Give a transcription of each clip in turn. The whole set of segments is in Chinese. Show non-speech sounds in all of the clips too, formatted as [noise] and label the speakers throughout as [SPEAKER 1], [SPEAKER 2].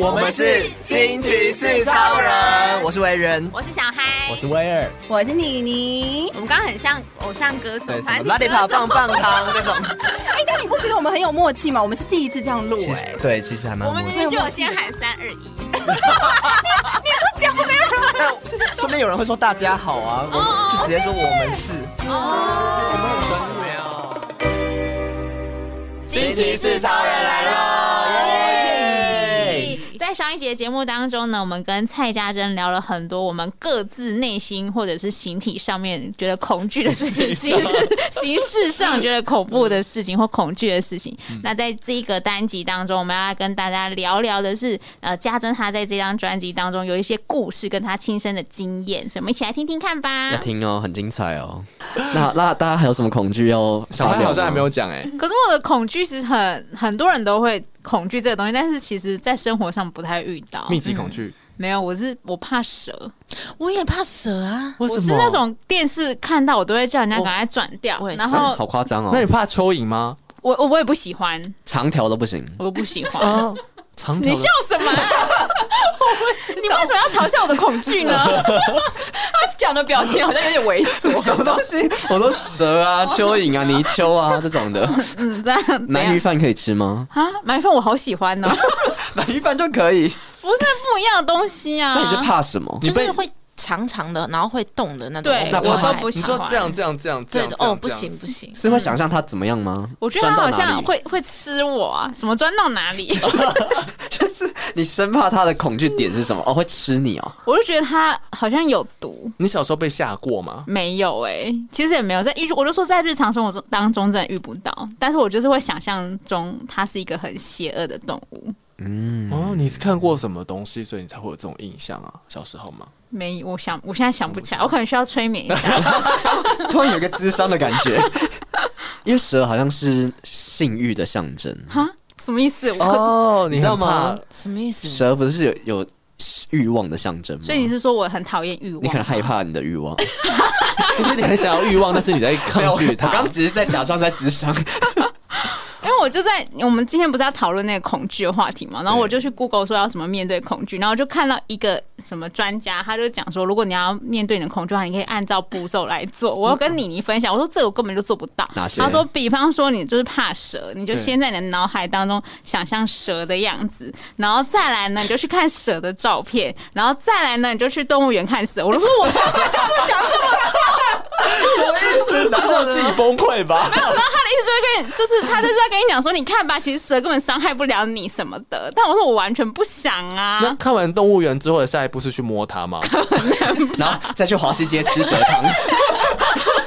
[SPEAKER 1] 我们是惊奇四超人，我是维人，
[SPEAKER 2] 我是小嗨，
[SPEAKER 3] 我是威尔，
[SPEAKER 4] 我是妮妮。
[SPEAKER 2] 我们刚刚很像偶像歌手
[SPEAKER 1] 对，，什
[SPEAKER 2] 反
[SPEAKER 1] 么
[SPEAKER 2] 正
[SPEAKER 1] 拉力跑
[SPEAKER 2] 歌手
[SPEAKER 1] 棒棒糖那种，
[SPEAKER 4] 哎，但你不觉得我们很有默契吗？我们是第一次这样录
[SPEAKER 1] 其
[SPEAKER 4] 哎
[SPEAKER 1] 实。对，其实还蛮
[SPEAKER 2] 我们
[SPEAKER 1] 默
[SPEAKER 2] 明
[SPEAKER 1] 契。
[SPEAKER 2] 明就有先喊三二一，
[SPEAKER 1] [laughs] 但说不定有人会说大家好啊，
[SPEAKER 5] 哦
[SPEAKER 1] 我们就直接说我们是，我们很专业哦。惊奇四超人来喽！耶！
[SPEAKER 2] 在上一节节目当中呢，我们跟蔡家珍聊了很多我们各自内心或者是形体上面觉得恐惧的事情，形式形式上觉得恐怖的事情或恐惧的事情。那在这一个单集当中，我们要来跟大家聊聊的是，呃，家珍她在这张专辑当中有一些故事跟她亲身的经验，所以我们一起来听听看吧
[SPEAKER 5] 要。听哦，很精彩哦。那那大家还有什么恐惧要
[SPEAKER 3] 小
[SPEAKER 5] 发
[SPEAKER 3] 孩
[SPEAKER 5] 表
[SPEAKER 3] 好像还
[SPEAKER 5] 吗
[SPEAKER 3] 没有讲哎、
[SPEAKER 6] 可是我的恐惧是很很多人都会恐惧这个东西，但是其实在生活上不太遇到。
[SPEAKER 3] 密集恐惧，
[SPEAKER 6] 没有，我是我怕蛇，
[SPEAKER 7] 我也怕蛇啊，
[SPEAKER 3] 为
[SPEAKER 6] 我是那种电视看到我都会叫人家赶快转掉
[SPEAKER 7] 我也，是
[SPEAKER 6] 然
[SPEAKER 5] 啊
[SPEAKER 6] 后
[SPEAKER 5] 好夸张
[SPEAKER 3] 那
[SPEAKER 5] 哦
[SPEAKER 3] 你，怕蚯蚓吗？
[SPEAKER 6] 我我我也不喜欢，
[SPEAKER 5] 长条都不行。
[SPEAKER 6] 我都不喜欢。
[SPEAKER 3] 啊，长
[SPEAKER 6] [laughs]
[SPEAKER 3] 条
[SPEAKER 6] 你
[SPEAKER 3] 的
[SPEAKER 6] 笑什么啊、你为什么要嘲笑我的恐惧呢？
[SPEAKER 4] 讲的表情好像有点猥
[SPEAKER 5] [laughs]
[SPEAKER 4] 琐。
[SPEAKER 5] 什么东西？我都是蛇 [laughs] 啊、蚯蚓啊、泥鳅啊这 [laughs] 种的。
[SPEAKER 6] 嗯，这样怎
[SPEAKER 5] 鳗鱼
[SPEAKER 6] 样
[SPEAKER 5] 饭可以吃吗？
[SPEAKER 6] 啊，鳗鱼饭我好喜欢呢、
[SPEAKER 5] 鳗鱼饭就可以。
[SPEAKER 6] 不是不一样的东西啊
[SPEAKER 5] [laughs] 那。你是怕什么？
[SPEAKER 7] 就是会长长的，然后会动的那种。
[SPEAKER 6] 对
[SPEAKER 7] 我
[SPEAKER 6] 我
[SPEAKER 7] 不
[SPEAKER 6] 都
[SPEAKER 7] 爱
[SPEAKER 6] 不喜
[SPEAKER 3] 你
[SPEAKER 6] 欢。
[SPEAKER 3] 说这样这样这样这
[SPEAKER 7] 对
[SPEAKER 3] 样，这
[SPEAKER 7] 哦，
[SPEAKER 3] 样
[SPEAKER 7] 不，行不行，
[SPEAKER 5] 是会想象它怎么样吗？
[SPEAKER 6] 我觉得它
[SPEAKER 5] 钻
[SPEAKER 6] 好
[SPEAKER 5] 到哪
[SPEAKER 6] 像
[SPEAKER 5] 里，
[SPEAKER 6] 会会吃我啊，什么钻到哪里？
[SPEAKER 5] [laughs]
[SPEAKER 6] [laughs]
[SPEAKER 5] 就是你生怕它的恐惧点是什么？哦，会吃你哦。
[SPEAKER 6] 我就觉得它好像有毒。
[SPEAKER 3] 你小时候被吓过吗？
[SPEAKER 6] 没有哎、其实也没有在，我就说在日常生活中当中真的遇不到，但是我就是会想象中它是一个很邪恶的动物。
[SPEAKER 3] 哦，你是看过什么东西，所以你才会有这种印象啊？小时候吗？
[SPEAKER 6] 没，我想我现在想不起来，我可能需要催眠
[SPEAKER 5] [laughs]
[SPEAKER 6] 一下。
[SPEAKER 5] [laughs] 突然有一个智商的感觉， [laughs] 因为蛇好像是性欲的象征。
[SPEAKER 6] 哈，什么意思？我可、
[SPEAKER 3] 哦，你
[SPEAKER 5] 知道吗？
[SPEAKER 7] 什么意思？
[SPEAKER 5] 蛇不是有有欲望的象征吗？
[SPEAKER 6] 所以你是说我很讨厌欲望？
[SPEAKER 5] 你可能害怕你的欲 [laughs] 望。
[SPEAKER 3] 其实你很想要欲望，但是你在抗拒它。
[SPEAKER 5] 我刚刚只是在假装在智商。
[SPEAKER 6] 因为我就在我们今天不是要讨论那个恐惧的话题嘛，然后我就去 Google 说要怎么面对恐惧，然后就看到一个什么专家，他就讲说，如果你要面对你的恐惧的话，你可以按照步骤来做。我要跟妮妮分享，我说这我根本就做不到。
[SPEAKER 5] 嗯哪
[SPEAKER 6] 他
[SPEAKER 5] 些
[SPEAKER 6] 说，比方说你就是怕蛇，你就
[SPEAKER 3] 对
[SPEAKER 6] 先在你的脑海当中想象蛇的样子，然后再来呢，你就去看蛇的照片，然后再来呢，你就去动物园看蛇。我就说我根本就不想这么
[SPEAKER 5] 然后自己崩溃吧。
[SPEAKER 6] 他的意思就会跟你，就是他就是要跟你讲说，你看吧，其实蛇根本伤害不了你什么的。但我说我完全不想
[SPEAKER 3] 那
[SPEAKER 6] [laughs] 啊，
[SPEAKER 3] 看完动物园之后的下一步是去摸它吗？
[SPEAKER 5] [laughs] 然后再去华西街吃蛇 [laughs] 汤，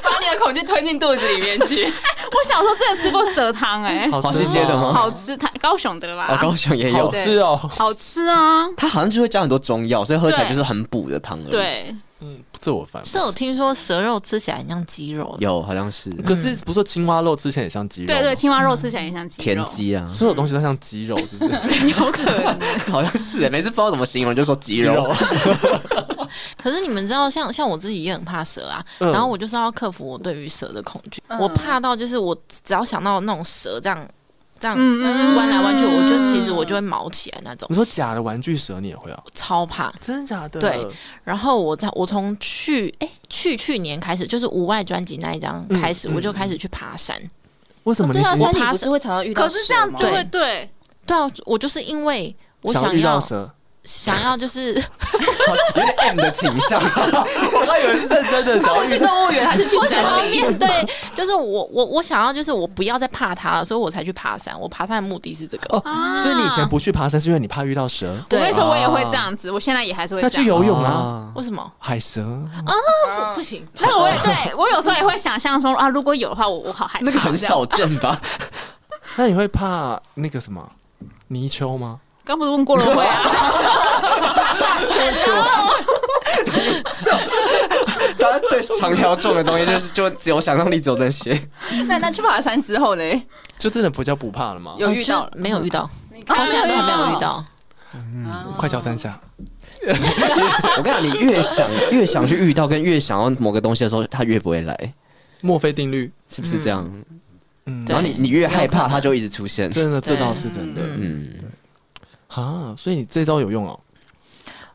[SPEAKER 4] 把你的恐惧推进肚子里面去。
[SPEAKER 6] 我小时候真的吃过蛇
[SPEAKER 5] [laughs]
[SPEAKER 6] 汤哎、
[SPEAKER 3] 好哦
[SPEAKER 5] 华西街的吗？
[SPEAKER 6] 好吃，台高雄的啦，
[SPEAKER 5] 哦，高雄也
[SPEAKER 3] 好
[SPEAKER 5] 有。
[SPEAKER 3] 吃哦，
[SPEAKER 6] 好吃啊，
[SPEAKER 5] 它好像就会加很多中药，所以喝起来
[SPEAKER 6] 对
[SPEAKER 5] 就是很补的汤而已。，
[SPEAKER 6] 对，
[SPEAKER 3] 这我烦。
[SPEAKER 7] 是我听说蛇肉吃起来很像鸡肉，
[SPEAKER 5] 有好像是
[SPEAKER 3] 可是不是说青蛙肉吃起来也像鸡肉吗？
[SPEAKER 6] 对对，青蛙肉吃起来也像鸡
[SPEAKER 5] 田
[SPEAKER 6] 肉，
[SPEAKER 5] 鸡啊，
[SPEAKER 3] 所有东西都像鸡肉，是不是？
[SPEAKER 6] 有可
[SPEAKER 5] [laughs]
[SPEAKER 6] 能。
[SPEAKER 5] 好像是。每次不知道怎么形容，就说 [laughs] 鸡肉。
[SPEAKER 7] 可是你们知道，像像我自己也很怕蛇啊，
[SPEAKER 3] [laughs] 嗯
[SPEAKER 7] 然后我就是要克服我对于蛇的恐惧，我怕到就是我只要想到那种蛇这样这样
[SPEAKER 6] 嗯嗯
[SPEAKER 7] 弯来弯去，我就其实我就会毛起来那种
[SPEAKER 3] 你，说假的玩具蛇你也会啊？
[SPEAKER 7] 超怕。
[SPEAKER 3] 真假的？
[SPEAKER 7] 对然后我在我从去哎去去年开始，就是无外专辑那一张开始，
[SPEAKER 3] 嗯嗯
[SPEAKER 7] 我就开始去爬山。
[SPEAKER 3] 为什么你
[SPEAKER 4] 对啊，
[SPEAKER 3] 喜
[SPEAKER 4] 山
[SPEAKER 3] 欢
[SPEAKER 4] 里不是会常常遇到
[SPEAKER 6] 可
[SPEAKER 4] 蛇吗？
[SPEAKER 6] 是这样就会
[SPEAKER 7] 对
[SPEAKER 6] 对，
[SPEAKER 7] 对啊，我就是因为我
[SPEAKER 3] 想
[SPEAKER 7] 想
[SPEAKER 3] 遇到
[SPEAKER 7] 要
[SPEAKER 3] 蛇？
[SPEAKER 7] 想要就是
[SPEAKER 5] 有点 M 的倾向。我刚以为是认真的，想要
[SPEAKER 4] 去动物园还是去
[SPEAKER 7] 我想
[SPEAKER 4] 山
[SPEAKER 7] 要
[SPEAKER 4] 里？
[SPEAKER 7] 面对，就是我我我想要就是我不要再怕它了，所以我才去爬山。我爬山的目的是这个。
[SPEAKER 3] 哦，
[SPEAKER 6] 啊
[SPEAKER 3] 所以你以前不去爬山是因为你怕遇到蛇？
[SPEAKER 6] 我跟
[SPEAKER 7] 对
[SPEAKER 6] 你，说我也会这样子，
[SPEAKER 5] 哦
[SPEAKER 6] 我现在也还是会
[SPEAKER 3] 那
[SPEAKER 6] 这
[SPEAKER 3] 去
[SPEAKER 6] 样。哦
[SPEAKER 3] 游泳啊，
[SPEAKER 7] 为什么？
[SPEAKER 3] 海蛇。
[SPEAKER 7] 不不行，
[SPEAKER 6] 那个我也对我有时候也会想象说啊，如果有的话，我我好害怕。
[SPEAKER 5] 哦那个很
[SPEAKER 6] 这样
[SPEAKER 5] 少见吧？ [laughs]
[SPEAKER 3] 那你会怕那个什么泥鳅吗？
[SPEAKER 6] 刚不是问过了会啊？
[SPEAKER 5] 大家对长条状的东西就是就只有想象力，只有那些。
[SPEAKER 4] 那那去爬山之后呢？
[SPEAKER 3] 就真的不叫不怕了吗？
[SPEAKER 4] 有遇到
[SPEAKER 7] 哦就是没有遇到，
[SPEAKER 4] 看
[SPEAKER 7] 到现在都还没
[SPEAKER 4] 没有
[SPEAKER 7] 有
[SPEAKER 4] 遇
[SPEAKER 7] 遇到。
[SPEAKER 3] 快敲三下。
[SPEAKER 5] 我跟你讲，你越想越想去遇到，跟越想要某个东西的时候，它越不会来，
[SPEAKER 3] 墨菲定律，
[SPEAKER 5] 是不是这样？
[SPEAKER 3] 嗯，
[SPEAKER 7] 对
[SPEAKER 5] 然后你你越害
[SPEAKER 7] 有可
[SPEAKER 5] 怕，
[SPEAKER 7] 能
[SPEAKER 5] 它就一直出现。
[SPEAKER 3] 真的，
[SPEAKER 7] 对
[SPEAKER 6] 嗯
[SPEAKER 3] 这倒是真的。
[SPEAKER 5] 嗯，
[SPEAKER 3] 啊，所以你这招有用哦。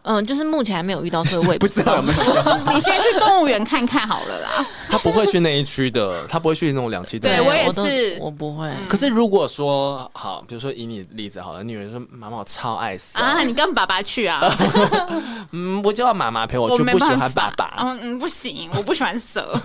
[SPEAKER 7] 嗯，就是目前还没有遇到，所以我也不
[SPEAKER 5] 不
[SPEAKER 7] 知
[SPEAKER 5] 知道
[SPEAKER 7] 道
[SPEAKER 5] 有没 [laughs] 有
[SPEAKER 6] [laughs] 你先去动物园看看好
[SPEAKER 5] [laughs]
[SPEAKER 6] 了啦。
[SPEAKER 3] 他不会去那一
[SPEAKER 6] [laughs]
[SPEAKER 3] 区的，他不会去那种两栖动
[SPEAKER 6] 对
[SPEAKER 3] 物
[SPEAKER 6] 我也
[SPEAKER 7] 都
[SPEAKER 6] 是
[SPEAKER 7] 我不会。
[SPEAKER 3] 可是如果说好，比如说以你的例子好了，女人说妈妈我超爱死、
[SPEAKER 6] 啊，你跟爸爸去啊？
[SPEAKER 3] 嗯，我就要妈妈陪我
[SPEAKER 6] 我
[SPEAKER 3] 去，
[SPEAKER 6] 没
[SPEAKER 3] 不喜
[SPEAKER 6] 办
[SPEAKER 3] 欢爸
[SPEAKER 6] 法
[SPEAKER 3] 爸，
[SPEAKER 6] [laughs] 嗯嗯，不行，我不喜欢蛇，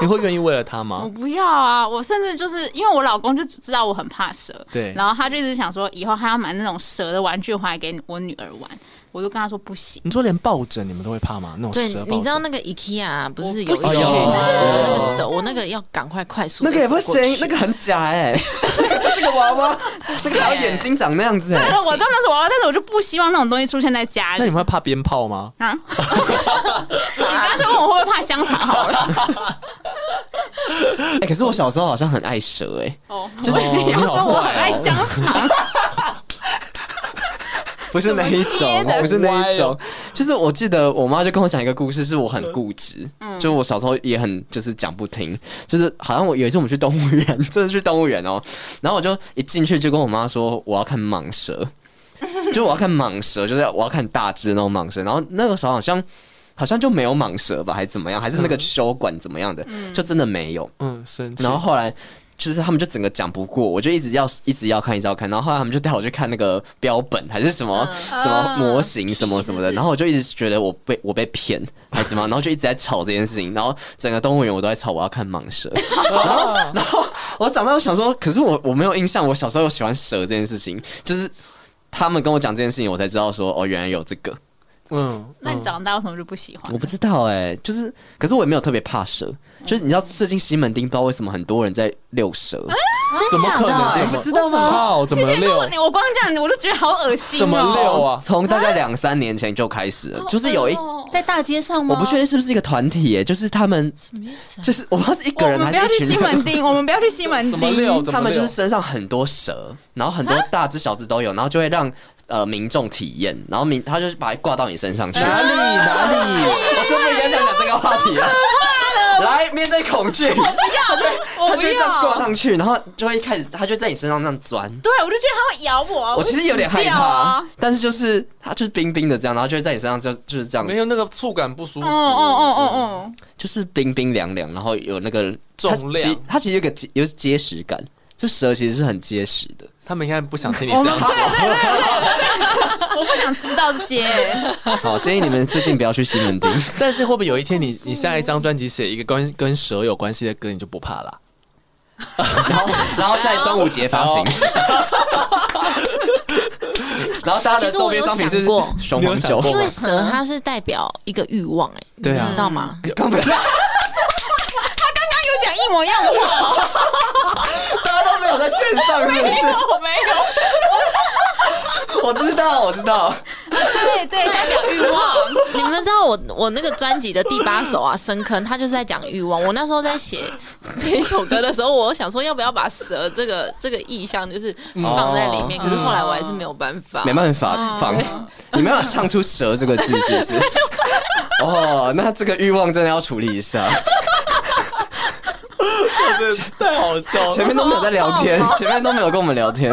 [SPEAKER 3] 你会愿意为了他
[SPEAKER 6] 我
[SPEAKER 3] 吗？
[SPEAKER 6] 不要啊！我甚至就是因为我老公就知道我很怕蛇，
[SPEAKER 3] 对
[SPEAKER 6] 然后他就一直想说以后他要买那种蛇的玩具回来给我女儿玩，我就跟他说不行。
[SPEAKER 3] 你说连抱枕你们都会怕吗？那种
[SPEAKER 7] 对
[SPEAKER 3] 蛇，抱
[SPEAKER 7] 你知道
[SPEAKER 3] 枕
[SPEAKER 7] 那个 IKEA 啊不
[SPEAKER 6] 我
[SPEAKER 7] 是
[SPEAKER 6] 不
[SPEAKER 7] 有一区
[SPEAKER 6] 行
[SPEAKER 7] 那个手，我那个要赶快快
[SPEAKER 5] 哦
[SPEAKER 7] 速，
[SPEAKER 5] 那个也不行，那个很假 [laughs] 哎、那个就是个娃 [laughs] 娃，那个还有眼睛长那样子哎、
[SPEAKER 6] 但是我知道那是娃娃，但是我就不希望那种东西出现在家
[SPEAKER 3] 那你
[SPEAKER 6] 里。
[SPEAKER 3] 们会怕鞭炮吗？
[SPEAKER 6] 啊！ [laughs] 你刚才问我会不会怕香肠，好了，
[SPEAKER 5] 哎、可是我小时候好像很爱蛇哎、
[SPEAKER 6] 哦，
[SPEAKER 3] [laughs] 就是你哦
[SPEAKER 6] 你要说我很爱香
[SPEAKER 3] [laughs]
[SPEAKER 6] 肠，
[SPEAKER 5] 不是那一种，不是那一种，就是我记得我妈就跟我讲一个故事，是我很固执，就我小时候也很就是讲不听，就是好像我有一次我们去动物园， [laughs] 真的去动物园哦，然后我就一进去就跟我妈说我要看蟒蛇， [laughs] 就我要看蟒蛇，就是我要看大只那种蟒蛇，然后那个时候好像好像就没有蟒蛇吧，还是怎么样，还是那个修管怎么样的，就真的没有，
[SPEAKER 3] 嗯，生气
[SPEAKER 5] 然后后来就是他们就整个讲不过，我就一直要一直要看，一直要看。然后后来他们就带我去看那个标本还是什么、什么模型什么什么的，然后我就一直觉得我被我被骗还是什么，然后就一直在吵这件事情。然后整个动物园我都在吵我要看蟒蛇，然后然后我长大我想说，可是我我没有印象，我小时候有喜欢蛇这件事情，就是。他们跟我讲这件事情，我才知道说哦，原来有这个，
[SPEAKER 3] 嗯，
[SPEAKER 6] 那你
[SPEAKER 3] 嗯
[SPEAKER 6] 长大为什么就不喜欢
[SPEAKER 5] 我？不知道哎、就是，可是我也没有特别怕蛇，就是你知道最近西门町不知道为什么很多人在遛蛇，
[SPEAKER 3] 怎么可能？你不知道吗？怎么
[SPEAKER 6] 我
[SPEAKER 3] 六？
[SPEAKER 6] 你我光这样，我就觉得好恶心
[SPEAKER 3] 怎么六
[SPEAKER 6] 哦。
[SPEAKER 3] 啊？哎
[SPEAKER 5] 从大概两三年前就开始了，就是有一，
[SPEAKER 7] 在大街上吗？
[SPEAKER 5] 我不确定是不是一个团体耶，就是他们，
[SPEAKER 7] 什么意思啊。
[SPEAKER 5] 就是我不知道是一
[SPEAKER 6] 哦我
[SPEAKER 5] 个人
[SPEAKER 6] 们
[SPEAKER 5] 还
[SPEAKER 6] 不要
[SPEAKER 5] 是
[SPEAKER 6] 去
[SPEAKER 5] 一群
[SPEAKER 6] 西
[SPEAKER 5] 人。
[SPEAKER 6] 门町，我们不要去西门
[SPEAKER 3] 怎么
[SPEAKER 6] 町。
[SPEAKER 3] [laughs] 六？怎
[SPEAKER 5] 他
[SPEAKER 3] 么
[SPEAKER 5] 们就
[SPEAKER 3] 六
[SPEAKER 5] 是？身上很多蛇，然后很
[SPEAKER 6] 啊
[SPEAKER 5] 多大只小只都有，然后就会让呃民众体验，然后民他就是把它挂到你身上去。
[SPEAKER 6] 啊
[SPEAKER 3] 哪里哪里？
[SPEAKER 5] 我是不是应该讲讲这个话题啊？来，面对恐惧，
[SPEAKER 6] 我
[SPEAKER 5] 他
[SPEAKER 6] 不
[SPEAKER 5] 就会这样挂
[SPEAKER 6] 要。
[SPEAKER 5] 上去，然后就会一开始，他就在你身上这样钻。
[SPEAKER 6] 对，我就觉得它会咬我。
[SPEAKER 5] 我其实有点害
[SPEAKER 6] 我就死
[SPEAKER 5] 怕，
[SPEAKER 6] 掉啊。
[SPEAKER 5] 但是就是他就是冰冰的这样，然后就会在你身上就就是这样
[SPEAKER 3] 没有那个触感不舒服。
[SPEAKER 6] 嗯嗯嗯
[SPEAKER 3] 哦
[SPEAKER 6] 嗯嗯，
[SPEAKER 5] 就是冰冰凉凉，然后有那个
[SPEAKER 3] 重量
[SPEAKER 5] 它其它其实有个结有结实感，就蛇其实是很结实 [laughs] 的。
[SPEAKER 3] 他们应该不想听你这样 [laughs] 说。
[SPEAKER 6] 我不想知道这些。
[SPEAKER 5] 好，建议你们最近不要去西门町。
[SPEAKER 3] 但是会不会有一天你你下一张专辑写一个关跟蛇有关系的歌，你就不怕啦？
[SPEAKER 5] [laughs] 然后然后在端午节发 [laughs] 行。然后大家的周边商品是
[SPEAKER 7] 其实我有想过
[SPEAKER 5] 熊黄酒，
[SPEAKER 7] 因为蛇它是代表一个欲望，哎，你
[SPEAKER 3] 对啊
[SPEAKER 7] 知道吗？
[SPEAKER 5] 刚 [laughs] 不是
[SPEAKER 6] 又讲一模一样的话，
[SPEAKER 5] 大家都没有在线上，是不是？
[SPEAKER 6] 我没有。
[SPEAKER 5] [laughs] 我知道，我知道，
[SPEAKER 6] 对对，代表欲望。
[SPEAKER 7] 你们知道我我那个专辑的第八首啊，《深坑》，它就是在讲欲望。我那时候在写这一首歌的时候，我想说要不要把蛇这个这个意象就是放在里面，可是后来我还是没有办法。
[SPEAKER 5] 没办法放，你没有唱出“蛇”这个字，是 [laughs] 不是？哦，那这个欲望真的要处理一下。
[SPEAKER 3] 太好笑
[SPEAKER 5] 前面都没有在聊天，前面都没有跟我们聊天。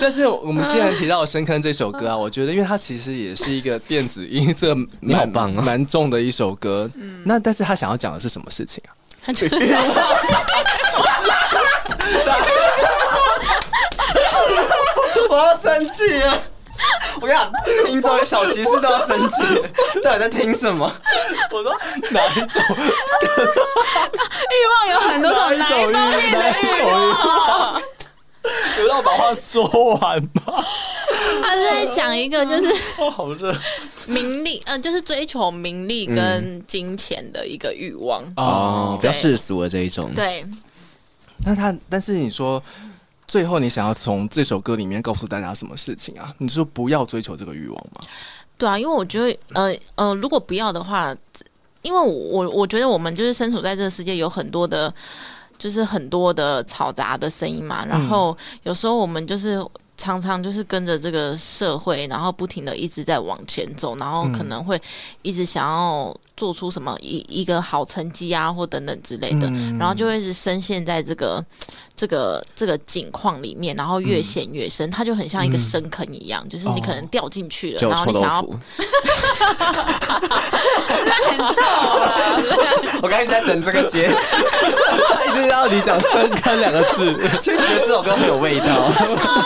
[SPEAKER 3] 但是我们既然提到《深坑》这首歌啊， [laughs] 我觉得因为它其实也是一个电子音色 [laughs]
[SPEAKER 5] 你好
[SPEAKER 3] 蛮
[SPEAKER 5] 棒啊
[SPEAKER 3] 蛮重的一首歌。那但是他想要讲的是什么事情啊？
[SPEAKER 7] 它就是
[SPEAKER 5] 我要生气了！我跟你讲，听众小骑士都要生气， [laughs] 到底在听什么？
[SPEAKER 3] 我说哪一种？
[SPEAKER 6] 欲望有很多
[SPEAKER 3] 哪
[SPEAKER 6] 种，
[SPEAKER 3] 一种欲？哪一种欲？有让我把话说完吗？
[SPEAKER 7] 它是在讲一个就是
[SPEAKER 3] 我好热
[SPEAKER 7] 名利，嗯、就是追求名利跟金钱的一个欲望。
[SPEAKER 5] 哦，比较
[SPEAKER 7] 对
[SPEAKER 5] 世俗的这一种。
[SPEAKER 7] 对，
[SPEAKER 3] 那他，但是你说，最后你想要从这首歌里面告诉大家什么事情啊？你说不要追求这个欲望吗？
[SPEAKER 7] 对啊，因为我觉得，呃呃，如果不要的话，因为我我我觉得我们就是身处在这个世界，有很多的，就是很多的嘈杂的声音嘛。然后有时候我们就是常常就是跟着这个社会，然后不停的一直在往前走，然后可能会一直想要做出什么一一个好成绩啊，或等等之类的，
[SPEAKER 3] 嗯
[SPEAKER 7] 然后就会一直深陷在这个这个这个境况里面，然后越陷越深，它就很像一个深坑一样，就是你可能掉进去了，
[SPEAKER 5] 就有
[SPEAKER 7] 然后
[SPEAKER 5] 臭豆
[SPEAKER 7] 你想要 [laughs]
[SPEAKER 5] 腐。 [laughs] 我刚一直在等这个结，一直要你讲“深坑”两个字，其实这首歌很有味道，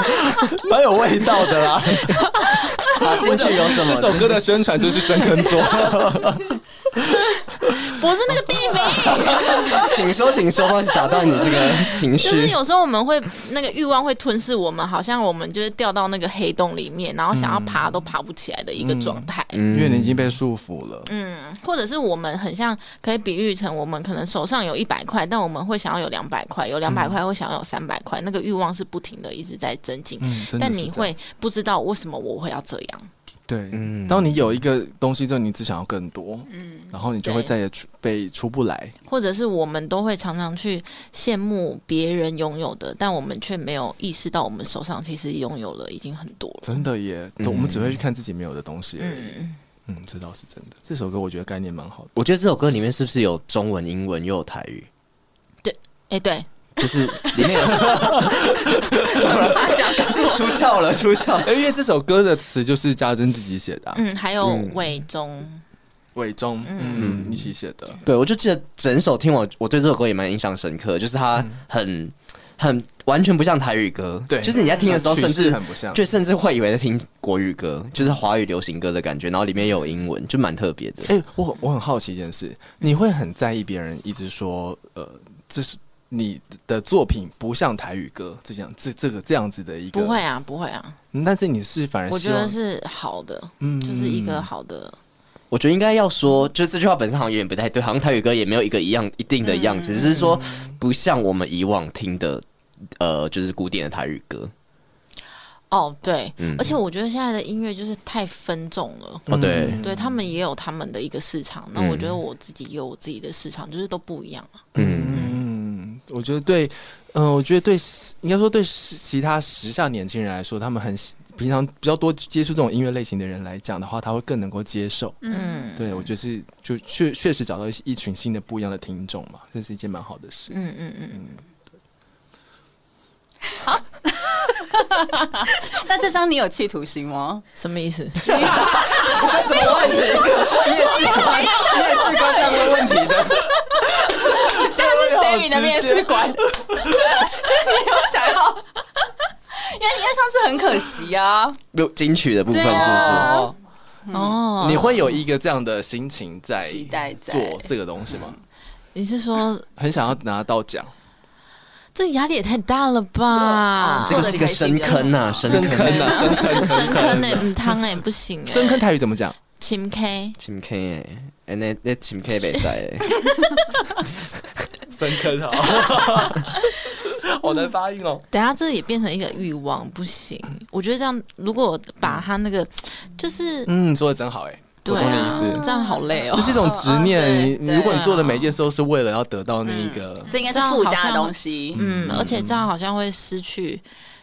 [SPEAKER 5] [laughs] 蛮有味道的啦。啊，进去有什么？
[SPEAKER 3] 这首歌的宣传就是深坑做，
[SPEAKER 7] 不是那个地名。
[SPEAKER 5] 请说，请说，不好意思打断你这个情绪。
[SPEAKER 7] 就是有时候我们会那个欲望会吞噬我们，好像我们就是掉到那个黑洞里面，然后想要爬
[SPEAKER 3] 嗯
[SPEAKER 7] 都爬不起来的一个状态。
[SPEAKER 5] 嗯
[SPEAKER 3] 因为你已经被束缚了。
[SPEAKER 7] 嗯，或者是我们很像可以比喻成我们可能手上有一百块，但我们会想要有两百块，有两
[SPEAKER 3] 嗯
[SPEAKER 7] 百块会想要有三百块，那个欲望是不停的一直在增进。
[SPEAKER 3] 嗯，真的
[SPEAKER 7] 但
[SPEAKER 3] 是
[SPEAKER 7] 你
[SPEAKER 3] 这样
[SPEAKER 7] 会不知道为什么我会要这样，
[SPEAKER 3] 对，
[SPEAKER 5] 嗯
[SPEAKER 3] 当你有一个东西之后，你只想要更多，然后你就会
[SPEAKER 7] 对
[SPEAKER 3] 再也出被出不来。
[SPEAKER 7] 或者是我们都会常常去羡慕别人拥有的，但我们却没有意识到我们手上其实拥有了已经很多了。
[SPEAKER 3] 真的耶，都我们只会去看自己没有的东西而已。
[SPEAKER 7] 嗯，
[SPEAKER 3] 嗯，这倒是真的。这首歌我觉得概念蛮好的。
[SPEAKER 5] 我觉得这首歌里面是不是有中文、英文又有台语？
[SPEAKER 7] 哎、对，
[SPEAKER 5] 就是里面有 [laughs] 怎么
[SPEAKER 7] [laughs]
[SPEAKER 5] 了？出窍了，出窍了。
[SPEAKER 3] 哎因为这首歌的词就是家珍自己写的啊、
[SPEAKER 7] 嗯，还有伟忠。
[SPEAKER 3] 伟忠嗯一起写的，
[SPEAKER 5] 对，我就记得整首听我，我对这首歌也蛮印象深刻，就是它很、很完全不像台语歌，
[SPEAKER 3] 嗯对
[SPEAKER 5] 就是你在听的时候，
[SPEAKER 3] 曲式
[SPEAKER 5] 甚至
[SPEAKER 3] 很不像
[SPEAKER 5] 就甚至会以为在听国语歌，就是华语流行歌的感觉，然后里面有英文，就蛮特别的。
[SPEAKER 3] 哎、我我很好奇一件事，你会很在意别人一直说，呃，这是你的作品不像台语歌这样，这这个这样子的一个
[SPEAKER 7] 不会、啊，不会啊，
[SPEAKER 3] 嗯但是你是反而
[SPEAKER 7] 我
[SPEAKER 3] 希
[SPEAKER 7] 觉
[SPEAKER 3] 望
[SPEAKER 7] 得是好的，
[SPEAKER 3] 嗯
[SPEAKER 7] 就是一个好的，
[SPEAKER 5] 我觉得应该要说，就是这句话本身好像有点不太对，好像台语歌也没有一个一样一定的样
[SPEAKER 3] 嗯
[SPEAKER 5] 子，只是说不像我们以往听的，呃，就是古典的台语歌。
[SPEAKER 7] 哦，对，
[SPEAKER 5] 嗯
[SPEAKER 7] 而且我觉得现在的音乐就是太分众了。
[SPEAKER 5] 哦，对，
[SPEAKER 7] 对他们也有他们的一个市场，那
[SPEAKER 5] 嗯
[SPEAKER 7] 我觉得我自己也有我自己的市场，就是都不一样啊。
[SPEAKER 5] 嗯
[SPEAKER 3] 嗯，我觉得对，嗯、我觉得对，应该说对时其他时下年轻人来说，他们很喜平常比较多接触这种音乐类型的人来讲的话，他会更能够接受。
[SPEAKER 7] 嗯
[SPEAKER 3] 对，我觉得是就确确实找到一一群新的不一样的听众嘛，这是一件蛮好的事。
[SPEAKER 7] 嗯嗯嗯，
[SPEAKER 4] 那这张你有企图心 [laughs] 吗？
[SPEAKER 7] 什么意思？
[SPEAKER 5] 什么问题？你也是刚，你也是刚这样问问题的。
[SPEAKER 4] 现在是 Sammy 的面 [laughs] 试官，就是你有想要，因为因为上次很可惜啊，
[SPEAKER 5] 有金曲的部分是不
[SPEAKER 4] 对啊
[SPEAKER 5] 是？
[SPEAKER 3] 哦，
[SPEAKER 7] 哦，
[SPEAKER 3] 你会有一个这样的心情在
[SPEAKER 4] 期待在
[SPEAKER 3] 做这个东西吗？
[SPEAKER 7] 你是说
[SPEAKER 3] 很想要拿到奖，
[SPEAKER 7] 这个压力也太大了吧？
[SPEAKER 5] 这个是一个深坑呐、深
[SPEAKER 3] 深
[SPEAKER 5] 坑
[SPEAKER 3] 坑啊，
[SPEAKER 5] 呐、
[SPEAKER 3] 深坑，
[SPEAKER 7] 深
[SPEAKER 3] 深
[SPEAKER 7] 坑
[SPEAKER 3] 坑，
[SPEAKER 7] 哎，唔汤哎，不行哎，
[SPEAKER 3] 深坑台语怎么讲？
[SPEAKER 7] 秦 K
[SPEAKER 5] 深坑哎，哎那那深坑北赛
[SPEAKER 7] [laughs]
[SPEAKER 5] 哎，
[SPEAKER 3] 深坑啊，好难发音哦。
[SPEAKER 7] 等下，这也变成一个欲望，不行。我觉得这样，如果把他那个，就是
[SPEAKER 3] 嗯，说的真好哎、
[SPEAKER 7] 对
[SPEAKER 3] 我懂你意
[SPEAKER 7] 啊
[SPEAKER 3] 思，，
[SPEAKER 7] 这样好累哦
[SPEAKER 3] 这。是一种执念。你
[SPEAKER 4] 对
[SPEAKER 3] 你
[SPEAKER 4] 对
[SPEAKER 3] 如果你做的每一件事都是为了要得到那一个，
[SPEAKER 4] 这应该是附加的东西。
[SPEAKER 7] [laughs] 嗯，而且这样好像会失去，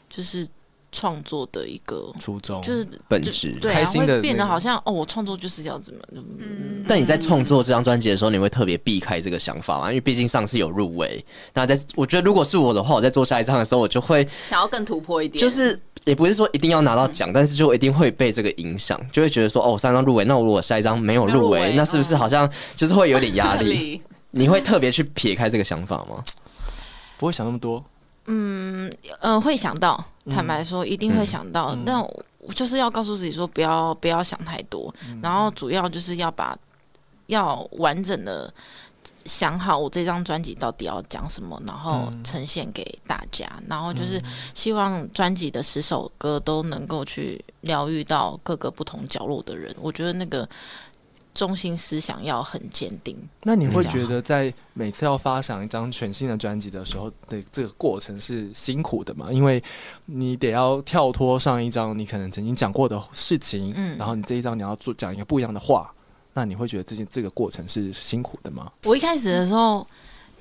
[SPEAKER 7] 就是创作的一个，
[SPEAKER 3] 初衷，
[SPEAKER 7] 就是
[SPEAKER 5] 本
[SPEAKER 7] 就
[SPEAKER 5] 质。
[SPEAKER 7] 对
[SPEAKER 3] 开
[SPEAKER 7] 啊，
[SPEAKER 3] 心的
[SPEAKER 7] 会变得
[SPEAKER 3] 那个
[SPEAKER 7] 好像哦，我创作就是要怎么，嗯，
[SPEAKER 5] 但你在创作这张专辑的时候，你会特别避开这个想法吗？因为毕竟上次有入围，那在我觉得如果是我的话，我在做下一张的时候，我就会
[SPEAKER 4] 想要更突破一点，
[SPEAKER 5] 就是也不是说一定要拿到奖，但是就一定会被这个影响，就会觉得说哦，我上一张入围，那我如果下一张没有入
[SPEAKER 4] 没有入
[SPEAKER 5] 围，
[SPEAKER 4] 围
[SPEAKER 5] 那是不
[SPEAKER 7] 嗯
[SPEAKER 5] 是好像就是会有点压
[SPEAKER 4] 这
[SPEAKER 7] [laughs]
[SPEAKER 5] 力？
[SPEAKER 4] 里
[SPEAKER 5] 你会特别去撇开这个想法吗？
[SPEAKER 3] 不会想那么多。
[SPEAKER 7] 呃，会想到，坦白说，一定会想到，但我就是要告诉自己说，不要不要想太多，然后主要就是要把要完整的想好我这张专辑到底要讲什么，然后呈现给大家，然后就是希望专辑的十首歌都能够去疗愈到各个不同角落的人，我觉得那个中心思想要很坚定，
[SPEAKER 3] 那你会
[SPEAKER 7] 比较
[SPEAKER 3] 觉得在每次要发想一张全新的专辑的时候的这个过程是辛苦的吗？因为你得要跳脱上一张你可能曾经讲过的事情，
[SPEAKER 7] 嗯
[SPEAKER 3] 然后你这一张你要做讲一个不一样的话，那你会觉得这些这个过程是辛苦的吗？
[SPEAKER 7] 我一开始的时候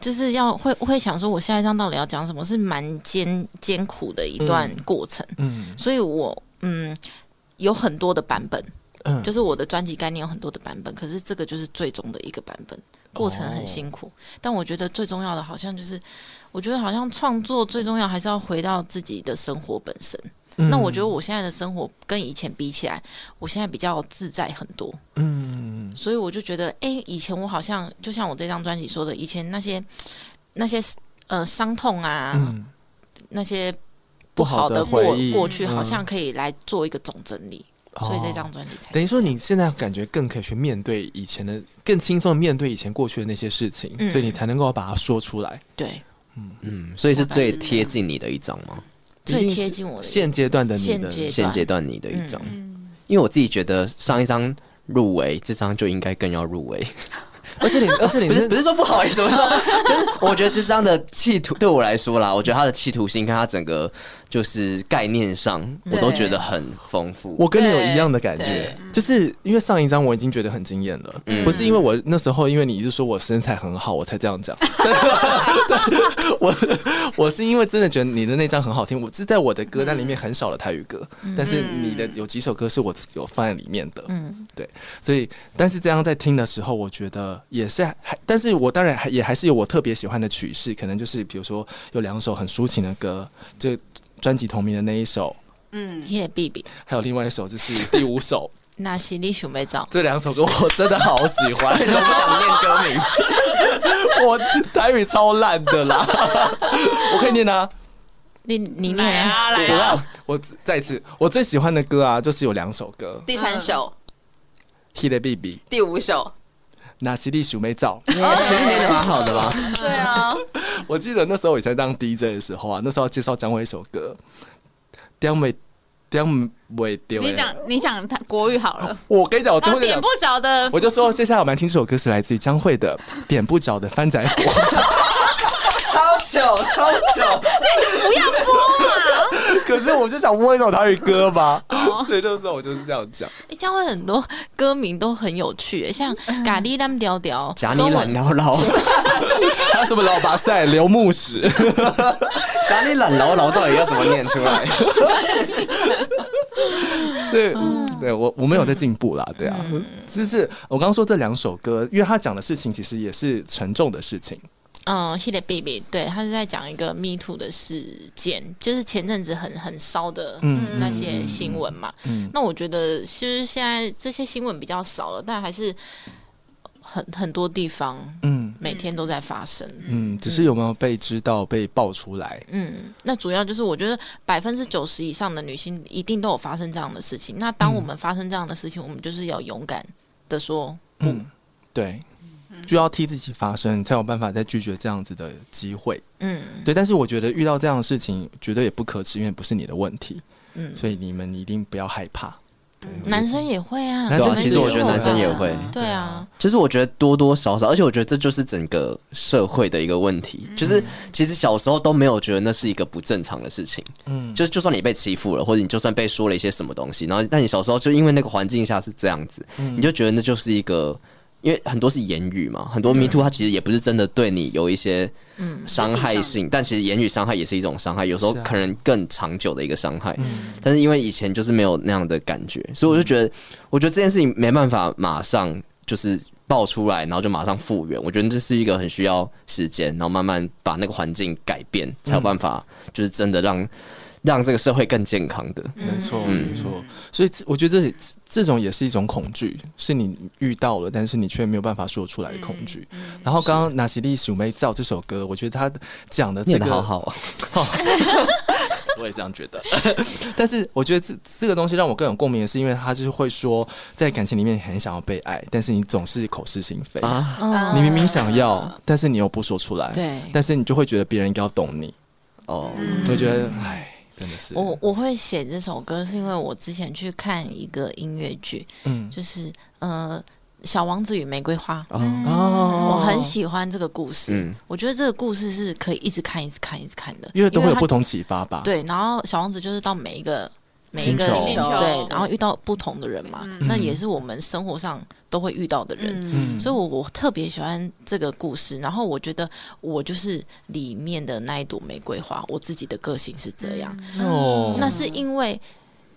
[SPEAKER 7] 就是要会会想说，我下一章到底要讲什么，是蛮艰艰苦的一段过程。
[SPEAKER 3] 嗯
[SPEAKER 7] 所以我嗯有很多的版本，
[SPEAKER 3] 嗯，
[SPEAKER 7] 就是我的专辑概念有很多的版本，可是这个就是最终的一个版本，过程很辛苦。但我觉得最重要的好像就是，我觉得好像创作最重要还是要回到自己的生活本身。
[SPEAKER 3] 嗯
[SPEAKER 7] 那我觉得我现在的生活跟以前比起来，我现在比较自在很多，
[SPEAKER 3] 嗯，
[SPEAKER 7] 所以我就觉得，哎、以前我好像就像我这张专辑说的，以前那些那些呃伤痛啊，
[SPEAKER 3] 嗯
[SPEAKER 7] 那些
[SPEAKER 3] 不
[SPEAKER 7] 好
[SPEAKER 3] 好的
[SPEAKER 7] 过
[SPEAKER 3] 回忆
[SPEAKER 7] 过去，好
[SPEAKER 3] 嗯哦
[SPEAKER 7] 像可以来做一个总整理，所以这张专辑才是
[SPEAKER 3] 等于说
[SPEAKER 7] 这样
[SPEAKER 3] 你现在感觉更可以去面对以前的，更轻松的面对以前过去的那些事情，
[SPEAKER 7] 嗯
[SPEAKER 3] 所以你才能够把它说出来。
[SPEAKER 7] 对
[SPEAKER 5] 嗯，所以是
[SPEAKER 7] 大概是
[SPEAKER 5] 最
[SPEAKER 7] 这样
[SPEAKER 5] 贴近你的一张吗？
[SPEAKER 7] 最贴近我的
[SPEAKER 3] 现阶段的你
[SPEAKER 7] 现
[SPEAKER 3] 的，
[SPEAKER 7] 阶
[SPEAKER 5] 现
[SPEAKER 7] 段
[SPEAKER 5] 阶段你的一张，因为我自己觉得上一张入围，这张就应该更要入围。
[SPEAKER 3] 而且你，而
[SPEAKER 7] [laughs]
[SPEAKER 3] 且你
[SPEAKER 5] 不是 [laughs]
[SPEAKER 3] 是
[SPEAKER 5] 不是说不好意思，我说就是我觉得这张的企图对我来说啦，我觉得它的企图心跟它整个就是概念上，我都觉得很丰富。
[SPEAKER 3] 我跟你有一样的感觉
[SPEAKER 7] 对，
[SPEAKER 3] 就是因为上一张我已经觉得很惊艳了，不是因为我那时候因为你一直说我身材很好，我才这样讲。我我是因为真的觉得你的那张很好听，我是在我的歌单里面很少的台语歌，但是你的有几首歌是我有放在里面的，
[SPEAKER 7] 嗯
[SPEAKER 3] 对，所以但是这样在听的时候，我觉得也是还，但是我当然还也还是有我特别喜欢的曲式，可能就是比如说有两首很抒情的歌，就专辑同名的那一首，
[SPEAKER 7] 耶，B B，
[SPEAKER 3] 还有另外一首就是第五首。 [laughs]
[SPEAKER 7] 那西里熊妹照，
[SPEAKER 3] 这两首歌我真的好喜
[SPEAKER 5] [laughs]
[SPEAKER 3] 欢，
[SPEAKER 5] 为什么不想念歌名？
[SPEAKER 3] [laughs] 我台语超烂的啦， [laughs] 我可以念啊。
[SPEAKER 7] 你你念啊，
[SPEAKER 3] 我要我再一次，我最喜欢的歌啊，就是有两首歌，
[SPEAKER 4] 第三首、
[SPEAKER 3] 《Hit the Baby》
[SPEAKER 4] 第五首，
[SPEAKER 3] 《那西利鼠
[SPEAKER 5] [laughs]
[SPEAKER 3] 妹照》。
[SPEAKER 5] 其实念的蛮好的吧？
[SPEAKER 4] 对啊，
[SPEAKER 3] 我记得那时候我才当 DJ 的时候啊，那时候要介绍蒋伟一首歌，刁美刁美丢。
[SPEAKER 6] 你讲你讲他国语好
[SPEAKER 5] 哦
[SPEAKER 6] 了，
[SPEAKER 3] 我跟你讲，我最
[SPEAKER 6] 他
[SPEAKER 3] 后就
[SPEAKER 6] 点
[SPEAKER 3] 讲
[SPEAKER 5] 啊
[SPEAKER 6] 不，着的
[SPEAKER 3] 我就说接下来我们来听这首歌是来自于江蕙的《点不着的番仔火》。
[SPEAKER 5] 超糗超糗，
[SPEAKER 3] 可是我就想问一首台语歌吧， [laughs] 所以那时候我就是这样讲。
[SPEAKER 7] 哎，这样会很多歌名都很有趣耶，像咖喱烂屌
[SPEAKER 3] [laughs]
[SPEAKER 7] 屌
[SPEAKER 5] [laughs] 假，你
[SPEAKER 7] 中
[SPEAKER 5] 懒
[SPEAKER 7] 文
[SPEAKER 5] 牢牢，
[SPEAKER 3] 他怎么老拔塞刘牧石？
[SPEAKER 5] [laughs] 假你懒牢牢到底要怎么念出来？
[SPEAKER 3] [laughs] 对，对我我们有在进步啦，对啊，就是我刚刚说这两首歌，因为他讲的事情其实也是沉重的事情，
[SPEAKER 7] 嗯，Hit it baby，对他是在讲一个 Me Too 的事件，就是前阵子很很烧的
[SPEAKER 3] 嗯
[SPEAKER 7] 那些新闻嘛。
[SPEAKER 3] 嗯
[SPEAKER 7] 那我觉得其实现在这些新闻比较少了，但还是很很多地方
[SPEAKER 3] 嗯
[SPEAKER 7] 每天都在发生。
[SPEAKER 3] 嗯，只是有没有被知道被爆出来？
[SPEAKER 7] 嗯，那主要就是我觉得百分之九十以上的女性一定都有发生这样的事情。那
[SPEAKER 3] 嗯
[SPEAKER 7] 当我们发生这样的事情，我们就是要勇敢的说不。
[SPEAKER 3] 嗯，对，就要替自己发声，才有办法再拒绝这样子的机会。
[SPEAKER 7] 嗯
[SPEAKER 3] 对，但是我觉得遇到这样的事情，绝对也不可耻，因为不是你的问题，
[SPEAKER 7] 嗯，
[SPEAKER 3] 所以你们一定不要害怕。对我觉得
[SPEAKER 7] 男生也会啊，
[SPEAKER 3] 男
[SPEAKER 5] 对
[SPEAKER 3] 生
[SPEAKER 5] 啊，
[SPEAKER 3] 其
[SPEAKER 5] 其
[SPEAKER 3] 实
[SPEAKER 5] 实我
[SPEAKER 3] 也
[SPEAKER 5] 觉得
[SPEAKER 3] 有
[SPEAKER 5] 男生也
[SPEAKER 7] 有
[SPEAKER 5] 会。
[SPEAKER 7] 对啊，
[SPEAKER 5] 就是我觉得多多少少，而且我觉得这就是整个社会的一个问题，就是其实小时候都没有觉得那是一个不正常的事情，
[SPEAKER 3] 嗯
[SPEAKER 5] 嗯，就是就算你被欺负了，或者你就算被说了一些什么东西，然后但你小时候就因为那个环境下是这样子，
[SPEAKER 3] 嗯
[SPEAKER 5] 你就觉得那就是一个。因为很多是言语嘛，很多 Me Too 它其实也不是真的对你有一些伤害性，但其实言语伤害也是一种伤害，有时候
[SPEAKER 3] 是啊嗯
[SPEAKER 5] 可能更长久的一个伤害。但是因为以前就是没有那样的感觉，所以我就觉
[SPEAKER 3] 嗯
[SPEAKER 5] 得，我觉得这件事情没办法马上就是爆出来，然后就马上复原。我觉得这是一个很需要时间，然后慢慢把那个环境改变，才
[SPEAKER 3] 嗯
[SPEAKER 5] 有办法就是真的让让这个社会更健康的。
[SPEAKER 3] 没错，
[SPEAKER 5] 嗯
[SPEAKER 3] 没错。所以这我觉得这这这种也是一种恐惧，是你遇到了，但是你却没有办法说出来的恐惧。嗯然后刚刚《纳西利鼠妹造》这首歌，我觉得他讲的这
[SPEAKER 5] 念的
[SPEAKER 3] 个
[SPEAKER 5] 好好啊，
[SPEAKER 3] [laughs] 我也这样觉得。 [laughs] 但是我觉得这这个东西让我更有共鸣，的是因为他就是会说，在感情里面你很想要被爱，但是你总是口是心非。
[SPEAKER 5] 啊
[SPEAKER 7] 嗯
[SPEAKER 3] 你明明想要，但是你又不说出来。
[SPEAKER 7] 对
[SPEAKER 3] 但是你就会觉得别人应该要懂你，
[SPEAKER 5] 哦，
[SPEAKER 3] 你会觉得唉，真的是。
[SPEAKER 7] 我我会写这首歌，是因为我之前去看一个音乐剧，
[SPEAKER 3] 嗯
[SPEAKER 7] 就是呃《小王子与玫瑰花》，
[SPEAKER 3] 哦
[SPEAKER 7] 我很喜欢这个故事。
[SPEAKER 5] 嗯
[SPEAKER 7] 我觉得这个故事是可以一直看、一直看、一直看的，
[SPEAKER 3] 因为都会有啊
[SPEAKER 7] 它
[SPEAKER 3] 不同启发吧。
[SPEAKER 7] 对。然后小王子就是到每一个每一个
[SPEAKER 5] 星
[SPEAKER 7] 人
[SPEAKER 5] 球
[SPEAKER 4] 星球
[SPEAKER 7] 对，然后遇到不同的人嘛，那也是我们生活上都会遇到的人，
[SPEAKER 3] 嗯
[SPEAKER 7] 所以我我特别喜欢这个故事。然后我觉得我就是里面的那一朵玫瑰花，我自己的个性是这样。
[SPEAKER 3] 哦
[SPEAKER 7] 那是因为，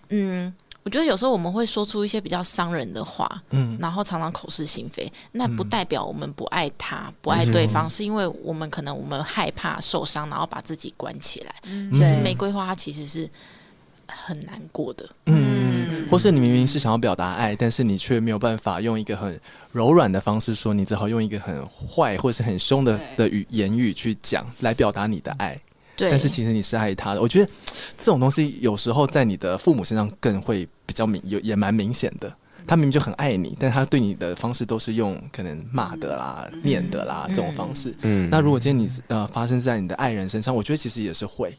[SPEAKER 7] 嗯，我觉得有时候我们会说出一些比较伤人的话，
[SPEAKER 3] 嗯
[SPEAKER 7] 然后常常口是心非，那不代表我们不爱他、不爱对方，是因为我们可能我们害怕受伤，然后把自己关起来。其实玫瑰花它其实是很难过的，
[SPEAKER 3] 嗯，或是你明明是想要表达爱，但是你却没有办法用一个很柔软的方式说，你只好用一个很坏或是很凶的的语言语去讲来表达你的爱。
[SPEAKER 7] 对。
[SPEAKER 3] 但是其实你是爱他的。我觉得这种东西有时候在你的父母身上更会比较明，有也蛮明显的。他明明就很爱你，但他对你的方式都是用可能骂的啦、念的啦这种方式。
[SPEAKER 5] 嗯
[SPEAKER 3] 那如果今天你呃发生在你的爱人身上，我觉得其实也是会。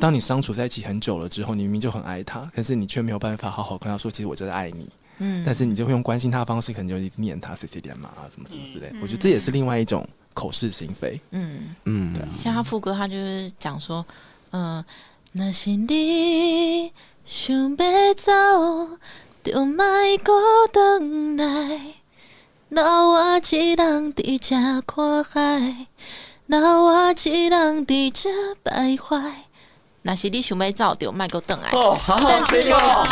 [SPEAKER 3] 当你相处在一起很久了之后，你明明就很爱他，可是你却没有办法好好跟他说，其实我真的爱你。嗯，但是你就会用关心他的方式，可能就一直念他 C C 点嘛，怎啊么怎么之类。我觉得这也是另外一种口是心非。
[SPEAKER 7] 嗯，
[SPEAKER 5] 嗯，
[SPEAKER 7] 像他副歌，他就是讲说，嗯、若是你想要走，就莫搁回来，留我一人伫这看海，留我一人伫这徘徊。若是你想要走，就莫搁回来。
[SPEAKER 5] 哦，好好听哦，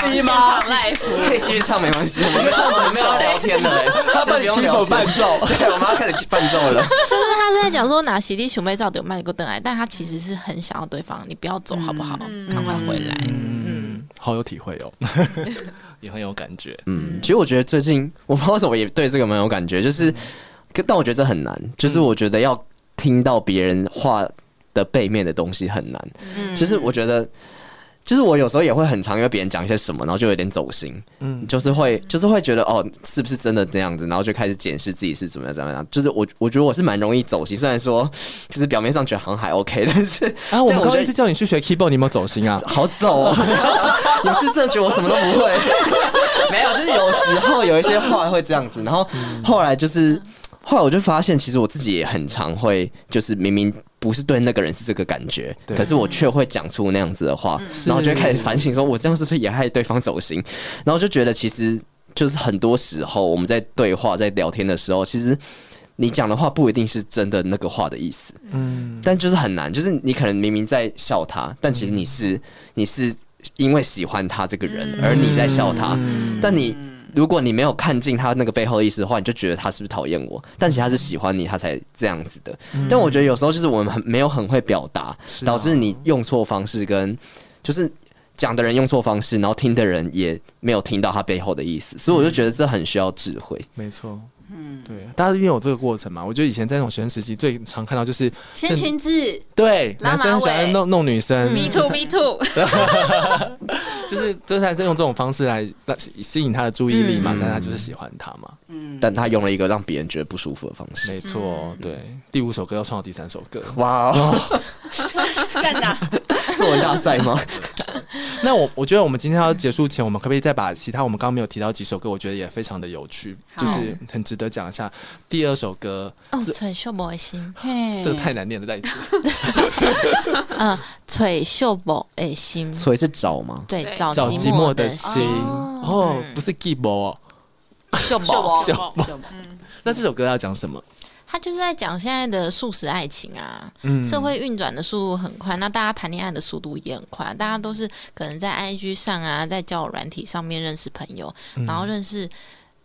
[SPEAKER 5] 自己吗？可以继续唱没关系，我们这样子没有要聊天的嘞，他
[SPEAKER 3] 帮你 keyboard 伴
[SPEAKER 5] 奏，对，我们要开始伴奏了。
[SPEAKER 7] 就是他是在讲说，哪喜力熊妹照有卖过灯来，但他其实是很想要对方，你不要走好不好？赶快回来。
[SPEAKER 3] 嗯，好有体会 [laughs] 哦，也很有感觉。
[SPEAKER 5] 嗯，其实我觉得最近 [laughs] 我不知道为什么也对这个蛮有感觉，就是，可但我觉得这很难，就是我觉得要听到别人话的背面的东西很难。嗯，就是我觉得，就是我有时候也会很常跟别人讲一些什么，然后就有点走心。嗯，就是会就是会觉得哦，是不是真的那样子，然后就开始检视自己是怎么样怎么样。就是我我觉得我是蛮容易走心，虽然说就是表面上觉得好像还 OK，但是
[SPEAKER 3] 啊，我
[SPEAKER 5] 但
[SPEAKER 3] 们
[SPEAKER 5] 觉
[SPEAKER 3] 刚刚
[SPEAKER 5] 得
[SPEAKER 3] 一直叫你去学 keyboard，你有没有走心啊？
[SPEAKER 5] 好走哦！ [laughs] 我是真的觉得我什么都不会， [laughs] 没有，就是有时候有一些话会这样子，然后后来就是后来我就发现，其实我自己也很常会，就是明明。不是对那个人是这个感觉，
[SPEAKER 3] 对
[SPEAKER 5] 可是我却会讲出那样子的话，然后就会开始反省，说我这样是不是也害对方走心？然后就觉得其实就是很多时候我们在对话、在聊天的时候，其实你讲的话不一定是真的那个话的意思，
[SPEAKER 3] 嗯，
[SPEAKER 5] 但就是很难，就是你可能明明在笑他，但其实你是、你是因为喜欢他这个人，而你在笑他，但你。如果你没有看进他那个背后的意思的话，你就觉得他是不是讨厌我？但其实他是喜欢你，他才这样子的。但我觉得有时候就是我们很没有很会表达，导致你用错方式跟就是讲的人用错方式，然后听的人也没有听到他背后的意思，所以我就觉得这很需要智慧。
[SPEAKER 3] 没错。嗯，对，大家因为有这个过程嘛，我觉得以前在那种学生时期最常看到就是
[SPEAKER 4] [laughs] 先裙子，
[SPEAKER 3] 对
[SPEAKER 4] 拉马
[SPEAKER 3] 男生喜欢
[SPEAKER 4] 尾
[SPEAKER 3] 弄弄女生，
[SPEAKER 6] Me too, me too。
[SPEAKER 3] 就是就是在用这种方式来来吸引他的注意力嘛，但他就是喜欢他嘛，
[SPEAKER 5] 但他用了一个让别人觉得不舒服的方式。
[SPEAKER 3] 没错，对。第五首歌要唱到第三首歌，
[SPEAKER 5] 哇 [laughs] 哦，
[SPEAKER 4] 站着，
[SPEAKER 5] 作文大赛 [laughs] 吗？
[SPEAKER 3] 那我我觉得我们今天要结束前，我们可不可以再把其他我们刚刚没有提到几首歌，我觉得也非常的有趣，就是很值得讲一下。第二首歌，
[SPEAKER 7] 哦，翠秀不的心，
[SPEAKER 3] 这太难念了，再一次。
[SPEAKER 7] 嗯，翠秀不的心，
[SPEAKER 5] 所以是找吗？
[SPEAKER 7] 对，找
[SPEAKER 3] 找
[SPEAKER 7] 哦寂
[SPEAKER 3] 寂寞
[SPEAKER 7] 寞
[SPEAKER 3] 的
[SPEAKER 7] 的
[SPEAKER 3] 心
[SPEAKER 7] 心，
[SPEAKER 3] 哦，不是 g i b 哦。
[SPEAKER 7] 秀
[SPEAKER 4] [laughs]
[SPEAKER 7] 不，
[SPEAKER 4] 秀
[SPEAKER 7] 秀不，
[SPEAKER 3] 那这首歌要讲什么？
[SPEAKER 7] 他就是在讲现在的素食爱情啊，
[SPEAKER 3] 嗯
[SPEAKER 7] 社会运转的速度很快，那大家谈恋爱的速度也很快，大家都是可能在 IG 上啊，在交友软体上面认识朋友，
[SPEAKER 5] 嗯
[SPEAKER 7] 然后认识。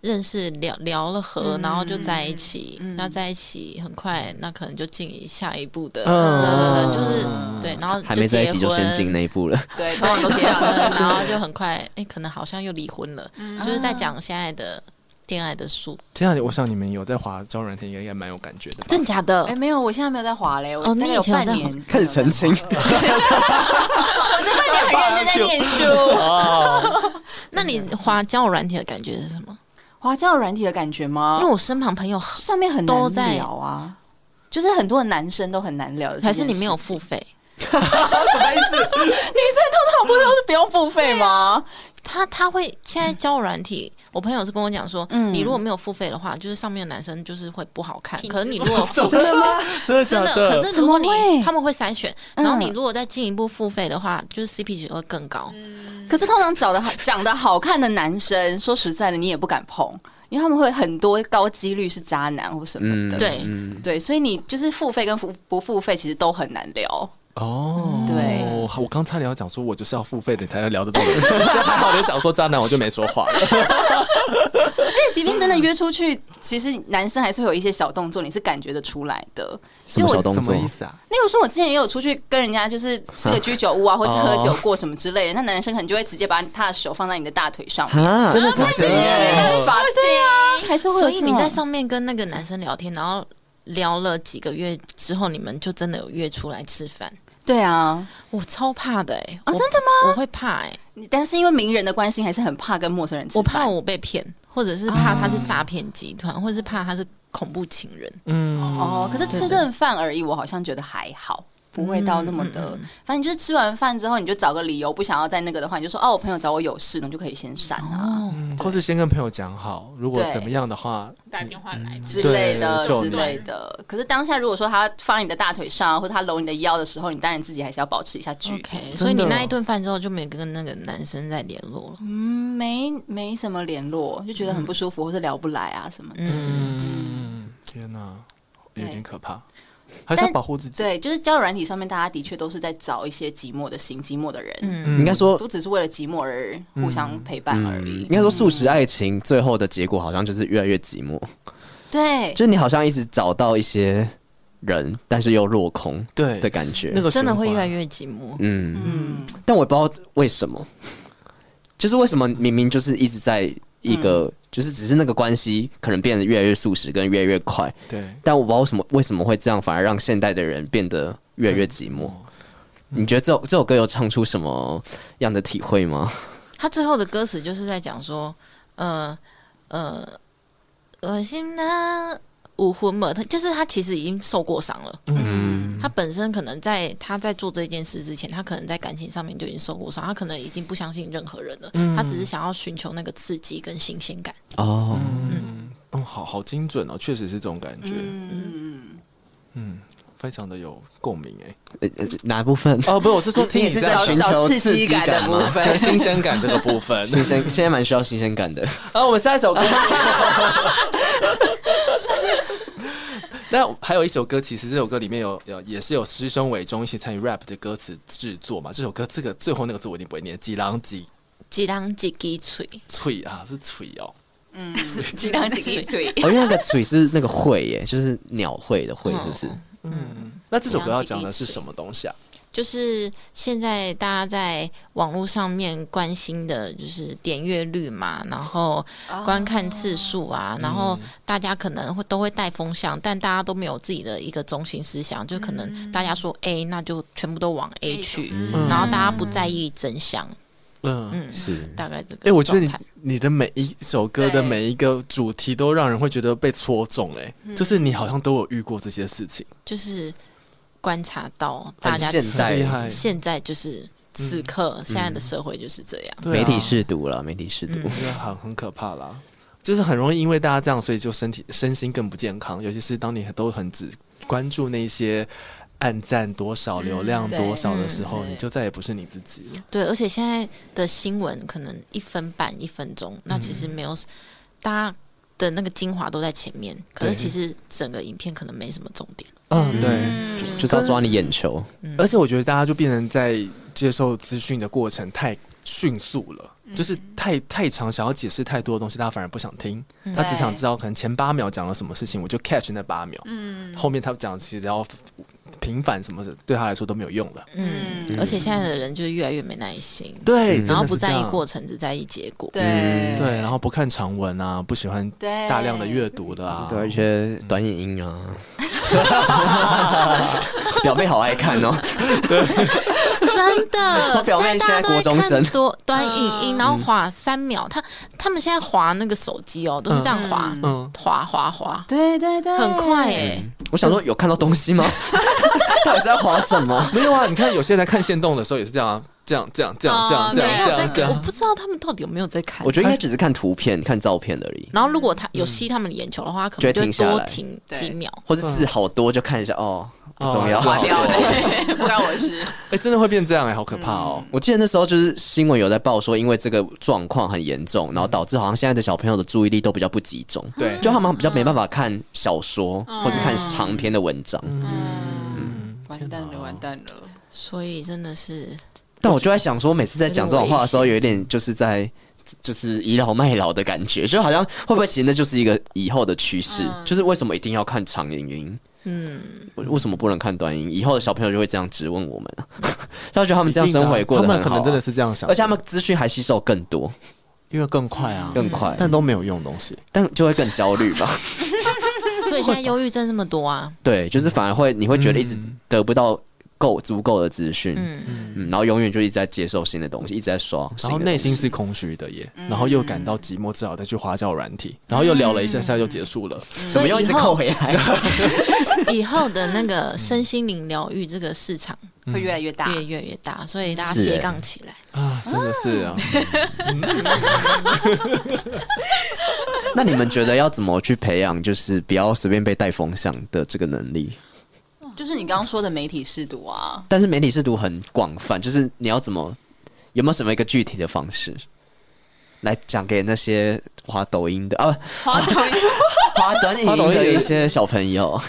[SPEAKER 7] 认识聊聊了合，然后就在一起。那在一起很快，那可能就进行下一步的，
[SPEAKER 3] 嗯
[SPEAKER 7] 呃就是对，然后就
[SPEAKER 5] 还没在一起
[SPEAKER 7] 结
[SPEAKER 5] 就
[SPEAKER 7] 婚
[SPEAKER 5] 先进那一
[SPEAKER 7] [laughs]
[SPEAKER 5] 步了。
[SPEAKER 4] 对，
[SPEAKER 7] 通
[SPEAKER 4] 通常
[SPEAKER 7] 常
[SPEAKER 4] 都
[SPEAKER 7] 都结
[SPEAKER 4] 这
[SPEAKER 7] 婚，嗯
[SPEAKER 4] 样。
[SPEAKER 7] [laughs] 然后就很快，哎、可能好像又离婚了，就是在讲现在的恋爱的速，
[SPEAKER 3] 天啊，我想你们有在滑招软体，应该也蛮有感觉的吧。
[SPEAKER 7] 真假的？
[SPEAKER 4] [laughs] 哎，没有，我现在没有在滑嘞，我
[SPEAKER 7] 哦
[SPEAKER 4] 大概
[SPEAKER 7] 你以
[SPEAKER 4] 有
[SPEAKER 7] 前有
[SPEAKER 4] 半
[SPEAKER 7] 在滑
[SPEAKER 4] 年
[SPEAKER 5] 开始澄
[SPEAKER 7] [laughs]
[SPEAKER 5] 清，
[SPEAKER 4] [laughs] 我这半年很认真在念 [laughs] 书。
[SPEAKER 7] 那你滑交友软体的感觉是什么？
[SPEAKER 4] 滑交友软体的感觉吗
[SPEAKER 7] 因为？我身旁朋友很
[SPEAKER 4] 上面很
[SPEAKER 7] 都
[SPEAKER 4] 难
[SPEAKER 7] 在
[SPEAKER 4] 聊啊，就是很多男生都很难聊的这件
[SPEAKER 7] 还
[SPEAKER 4] 事
[SPEAKER 7] 是
[SPEAKER 4] 情。
[SPEAKER 7] 你
[SPEAKER 4] [laughs]
[SPEAKER 7] 没有付费，
[SPEAKER 4] 女生通常不都是不用付费吗？
[SPEAKER 7] 他他会现在交友软体，我朋友是跟我讲说，
[SPEAKER 4] 嗯
[SPEAKER 7] 你如果没有付费的话，就是上面的男生就是会不好看。
[SPEAKER 2] 品质
[SPEAKER 7] 可是你如果付
[SPEAKER 3] 真的吗？真的假
[SPEAKER 7] 真的，可是如果你
[SPEAKER 4] 怎么会
[SPEAKER 7] 他们会筛选，
[SPEAKER 4] 嗯
[SPEAKER 7] 然后你如果再进一步付费的话，就是 CP 值会更高。
[SPEAKER 4] 可是通常找的好长得好看的男生，说实在的，你也不敢碰，因为他们会很多高几率是渣男或什么的。
[SPEAKER 7] 对
[SPEAKER 5] 嗯
[SPEAKER 4] 对，所以你就是付费跟付不付费，其实都很难 [laughs] 聊。
[SPEAKER 3] 哦，
[SPEAKER 4] 对
[SPEAKER 3] 我我刚差点要讲说，我就是要付费的 [laughs] 才能聊得到人，就还好你讲说渣男，我就没说话了。
[SPEAKER 4] 但即便真的约出去，其实男生还是会有一些小动作，你是感觉得出来的。
[SPEAKER 5] 什么小动
[SPEAKER 3] [laughs] 什
[SPEAKER 5] 作
[SPEAKER 3] 么？意思啊？
[SPEAKER 4] 例如说，我之前也有出去跟人家就是吃个居酒屋啊，或是喝酒过什么之类的，那男生可能就会直接把他的手放在你的大腿上面，
[SPEAKER 5] 啊，真的
[SPEAKER 3] 不行耶！
[SPEAKER 4] 发现啊还是会有
[SPEAKER 7] 所
[SPEAKER 4] 这
[SPEAKER 7] 以
[SPEAKER 4] 种。
[SPEAKER 7] 你在上面跟那个男生聊天，然后聊了几个月之后，你们就真的有约出来吃饭。
[SPEAKER 4] 对啊，
[SPEAKER 7] 我超怕的哎、
[SPEAKER 4] 啊
[SPEAKER 7] 我
[SPEAKER 4] 真的
[SPEAKER 7] 吗？我会怕哎、
[SPEAKER 4] 你但是因为名人的关系，还是很怕跟陌生人吃
[SPEAKER 7] 我
[SPEAKER 4] 饭
[SPEAKER 7] 怕。我被骗，或者是怕他是诈骗集团，或者是怕他是恐怖情人。
[SPEAKER 3] 嗯，
[SPEAKER 4] 哦，可是吃顿饭而已，我好像觉得还好，不会到那么的。
[SPEAKER 7] 嗯
[SPEAKER 4] 反正你就是吃完饭之后，你就找个理由不想要在那个的话，你就说哦，我朋友找我有事，那你就可以先闪啊、
[SPEAKER 7] 哦
[SPEAKER 3] 或是先跟朋友讲好，如果
[SPEAKER 4] 对
[SPEAKER 3] 怎么样的话，
[SPEAKER 6] 打电话来，
[SPEAKER 4] 之类的
[SPEAKER 3] 对就
[SPEAKER 4] 之类的。可是当下如果说他放在你的大腿上，啊或者他搂你的腰的时候，你当然自己还是要保持一下距离。
[SPEAKER 7] OK，所以你那一顿饭之后就没跟那个男生再联络了。
[SPEAKER 4] 嗯，没没什么联络，就觉得很
[SPEAKER 7] 嗯
[SPEAKER 4] 不舒服，或者聊不来啊什么的。
[SPEAKER 3] 嗯，天哪，有点可怕，还是
[SPEAKER 4] 但
[SPEAKER 3] 要保护自己。
[SPEAKER 4] 对，就是交友软体上面，大家的确都是在找一些寂寞的心、寂寞的人，
[SPEAKER 7] 嗯，
[SPEAKER 3] 嗯
[SPEAKER 5] 应该说
[SPEAKER 4] 都只是为了寂寞而互相陪伴而已。
[SPEAKER 7] 嗯
[SPEAKER 5] 应该说，素食爱情最后的结果好像就是越来越寂寞，
[SPEAKER 4] 对，
[SPEAKER 5] 就是你好像一直找到一些人，但是又落空
[SPEAKER 3] 对
[SPEAKER 5] 的感觉。
[SPEAKER 3] 那个
[SPEAKER 7] 真的
[SPEAKER 3] 循
[SPEAKER 7] 会越
[SPEAKER 3] 环
[SPEAKER 7] 来越寂寞。
[SPEAKER 5] 嗯，
[SPEAKER 4] 嗯，
[SPEAKER 5] 但我也不知道为什么，就是为什么明明就是一直在一个，
[SPEAKER 7] 嗯
[SPEAKER 5] 就是只是那个关系可能变得越来越素食跟越来越快，
[SPEAKER 3] 对。
[SPEAKER 5] 但我不知道为什么为什么会这样，反而让现代的人变得越来越寂寞。你觉得这首这首歌有唱出什么样的体会吗？
[SPEAKER 7] 他最后的歌词就是在讲说，呃呃，恶心呢，无魂嘛，他就是他其实已经受过伤了。嗯，他本身可能在他在做这件事之前，他可能在感情上面就已经受过伤，他可能已经不相信任何人了，他只是想要寻求那个刺激跟新鲜感。
[SPEAKER 5] 哦，
[SPEAKER 3] 嗯，好好精准哦，确实是这种
[SPEAKER 4] 嗯
[SPEAKER 3] 感觉，嗯非常的有共鸣哎。
[SPEAKER 5] 呃呃哪一部分？
[SPEAKER 3] 哦，不是，我是说听
[SPEAKER 4] 你是
[SPEAKER 3] 在
[SPEAKER 4] 找
[SPEAKER 3] 寻
[SPEAKER 4] 找
[SPEAKER 5] 求
[SPEAKER 4] 刺
[SPEAKER 5] 刺
[SPEAKER 4] 激
[SPEAKER 5] 激
[SPEAKER 4] 感的
[SPEAKER 5] 感
[SPEAKER 4] 部
[SPEAKER 5] 吗
[SPEAKER 3] 跟 [laughs]
[SPEAKER 4] 分。
[SPEAKER 3] 新鲜感这个部 [laughs] 分。
[SPEAKER 5] 新鲜，现在蛮需要新鲜 [laughs] 感的。
[SPEAKER 3] 啊，我们下一首歌。 [laughs] 那还有一首歌，其实这首歌里面有有也是有师兄伟忠一起参与 rap 的歌词制作嘛。这首歌这个最后那个字我一定不会念，几狼几
[SPEAKER 7] 几浪几滴水，
[SPEAKER 3] 脆啊，是脆哦。
[SPEAKER 4] 嗯， [laughs] 尽量紧嘴。
[SPEAKER 5] 哦，因为那个嘴是那个喙耶，就是鸟喙的喙，
[SPEAKER 7] 嗯
[SPEAKER 5] 是不是？
[SPEAKER 4] 嗯
[SPEAKER 3] 那这首歌要讲的是什么东西啊？
[SPEAKER 7] 就是现在大家在网络上面关心的，就是点阅率嘛，然后观看次数啊，然后大家可能会都会带风向，但大家都没有自己的一个中心思想，就可能大家说 A，那就全部都往嗯 A 去，然后大家不在意真相，
[SPEAKER 3] 嗯。哎、
[SPEAKER 7] 嗯，
[SPEAKER 5] 是
[SPEAKER 7] 大概这个状态。
[SPEAKER 3] 我觉得你你的每一首歌的每一个主题都让人会觉得被戳中、哎，就是你好像都有遇过这些事情，
[SPEAKER 7] 就是观察到大
[SPEAKER 5] 很
[SPEAKER 7] 家
[SPEAKER 5] 现
[SPEAKER 3] 很嗯厉
[SPEAKER 5] 在
[SPEAKER 3] 害，
[SPEAKER 7] 现在就是此刻、现在的社会就是这样。
[SPEAKER 3] 对啊
[SPEAKER 5] 媒体试读了，媒体试读。
[SPEAKER 3] 觉得很很可怕啦。就是很容易因为大家这样，所以就身体身心更不健康。尤其是当你都很只关注那些按赞多少、流量多少的时候，你就再也不是你自己了。
[SPEAKER 7] 对，而且现在的新闻可能一分半一分钟，那其
[SPEAKER 3] 嗯
[SPEAKER 7] 实没有、大家的那个精华都在前面，可是
[SPEAKER 3] 对
[SPEAKER 7] 其实整个影片可能没什么重点。
[SPEAKER 3] 嗯，对。
[SPEAKER 4] 嗯
[SPEAKER 5] 就是要抓你眼球，
[SPEAKER 3] 而且我觉得大家就变成在接受资讯的过程太迅速了。
[SPEAKER 7] 嗯
[SPEAKER 3] 就是太太长，想要解释太多的东西，大家反而不想听。
[SPEAKER 7] 嗯
[SPEAKER 3] 他只想知道可能前八秒讲了什么事情，我就 catch 那八秒。嗯，后面他讲其实要平反什么的，对他来说都没有用了。
[SPEAKER 7] 嗯，而且现在的人就越来越没耐心，
[SPEAKER 3] 对，嗯真
[SPEAKER 7] 然后
[SPEAKER 3] 的
[SPEAKER 7] 不
[SPEAKER 3] 是这
[SPEAKER 7] 在意
[SPEAKER 3] 样
[SPEAKER 7] 过程，只在意结果。
[SPEAKER 4] 对
[SPEAKER 3] 嗯对，然后不看长文啊，不喜欢
[SPEAKER 4] 对
[SPEAKER 3] 大量的阅读的啊。
[SPEAKER 5] 对啊，一些短影音啊。 [laughs] 表妹好爱看哦，
[SPEAKER 7] 真的， [laughs] 嗯
[SPEAKER 5] 我
[SPEAKER 3] [laughs]
[SPEAKER 5] 表妹
[SPEAKER 7] 大家都
[SPEAKER 5] 现在国中
[SPEAKER 7] 会
[SPEAKER 5] 生
[SPEAKER 7] 看多短影音，然后滑三秒，他他们现在滑那个手机哦，都是这样滑，
[SPEAKER 3] 嗯
[SPEAKER 7] 滑滑滑，
[SPEAKER 4] 对对对，
[SPEAKER 7] 很快哎、
[SPEAKER 5] 我想说 [laughs] 有看到东西吗？到底是在划什么？
[SPEAKER 3] 没有啊，你看有些人在看线动的时候也是这样啊，这样这样这样这样这
[SPEAKER 7] 哦没
[SPEAKER 3] 样
[SPEAKER 7] 有
[SPEAKER 3] 这
[SPEAKER 7] 在
[SPEAKER 3] 样这
[SPEAKER 7] 看，我
[SPEAKER 3] 样。
[SPEAKER 7] 不知道他们到底有没有在看。
[SPEAKER 5] 我觉得应该只是看图片、看照片而已，
[SPEAKER 7] 然后如果他有吸他们的眼球的话，他
[SPEAKER 5] 嗯
[SPEAKER 7] 可
[SPEAKER 5] 就会
[SPEAKER 7] 能就会
[SPEAKER 5] 停下
[SPEAKER 7] 多
[SPEAKER 5] 来
[SPEAKER 7] 停几秒。
[SPEAKER 5] 或是字好多就看一下哦，不重要。
[SPEAKER 3] 嗯哦
[SPEAKER 4] [laughs]
[SPEAKER 3] 划掉
[SPEAKER 4] 对，不关我事。
[SPEAKER 3] 哎，真的会变这样哎，好可怕
[SPEAKER 7] 嗯
[SPEAKER 3] 哦！
[SPEAKER 5] 我记得那时候就是新闻有在报说，因为这个状况很严重，然后导致好像现在的小朋友的注意力都比较不集中，
[SPEAKER 3] 对
[SPEAKER 5] 就他们比较没办法看小说、或是看长篇的文章。
[SPEAKER 3] 嗯
[SPEAKER 4] 完蛋了，完蛋了。
[SPEAKER 7] 所以真的是
[SPEAKER 5] 但我就在想说，每次在讲这种话的时候，有一点就是在就是倚老卖老的感觉，就好像会不会其实那就是一个以后的趋势，就是为什么一定要看长影音？嗯，为什么不能看短音？以后的小朋友就会这样质问我们、 [laughs] 啊，他觉得他们这样生活也过得
[SPEAKER 3] 啊他
[SPEAKER 5] 很好、啊
[SPEAKER 3] 们可能真的，是这样想，
[SPEAKER 5] 而且他们资讯还吸收更多、
[SPEAKER 3] 因为更快啊，
[SPEAKER 5] 更快，
[SPEAKER 3] 但都没有用的东西。
[SPEAKER 5] 但就会更焦虑吧。
[SPEAKER 7] 所以现在忧郁症这么多啊，
[SPEAKER 5] 对，就是反而会你会觉得一
[SPEAKER 3] 嗯
[SPEAKER 5] 直得不到够足够的资讯，嗯然后永远就一直在接受新的东西，一直在刷新的东西，
[SPEAKER 3] 然后内心是空虚的耶，然后又感到寂寞，只好再去花椒软体，然后又聊了一下下就结束了。
[SPEAKER 5] 怎
[SPEAKER 7] 所
[SPEAKER 5] 么又
[SPEAKER 7] 以
[SPEAKER 5] 一
[SPEAKER 7] 以
[SPEAKER 5] 直扣
[SPEAKER 7] 后
[SPEAKER 5] 回来？
[SPEAKER 7] 以后的那个身心灵疗愈这个市场
[SPEAKER 4] 会越来越大。
[SPEAKER 7] 越越越大，所以大家
[SPEAKER 5] 是
[SPEAKER 7] 斜
[SPEAKER 5] 欸
[SPEAKER 7] 杠起来。
[SPEAKER 3] 啊，真的是啊，
[SPEAKER 5] [laughs] 那你们觉得要怎么去培养，就是不要随便被带风向的这个能力？
[SPEAKER 4] 就是你刚刚说的媒体试读啊，
[SPEAKER 5] 但是媒体试读很广泛，就是你要怎么，有没有什么一个具体的方式来讲给那些滑抖音的啊，
[SPEAKER 6] 好讨厌。
[SPEAKER 5] 滑短影音的一些小朋友？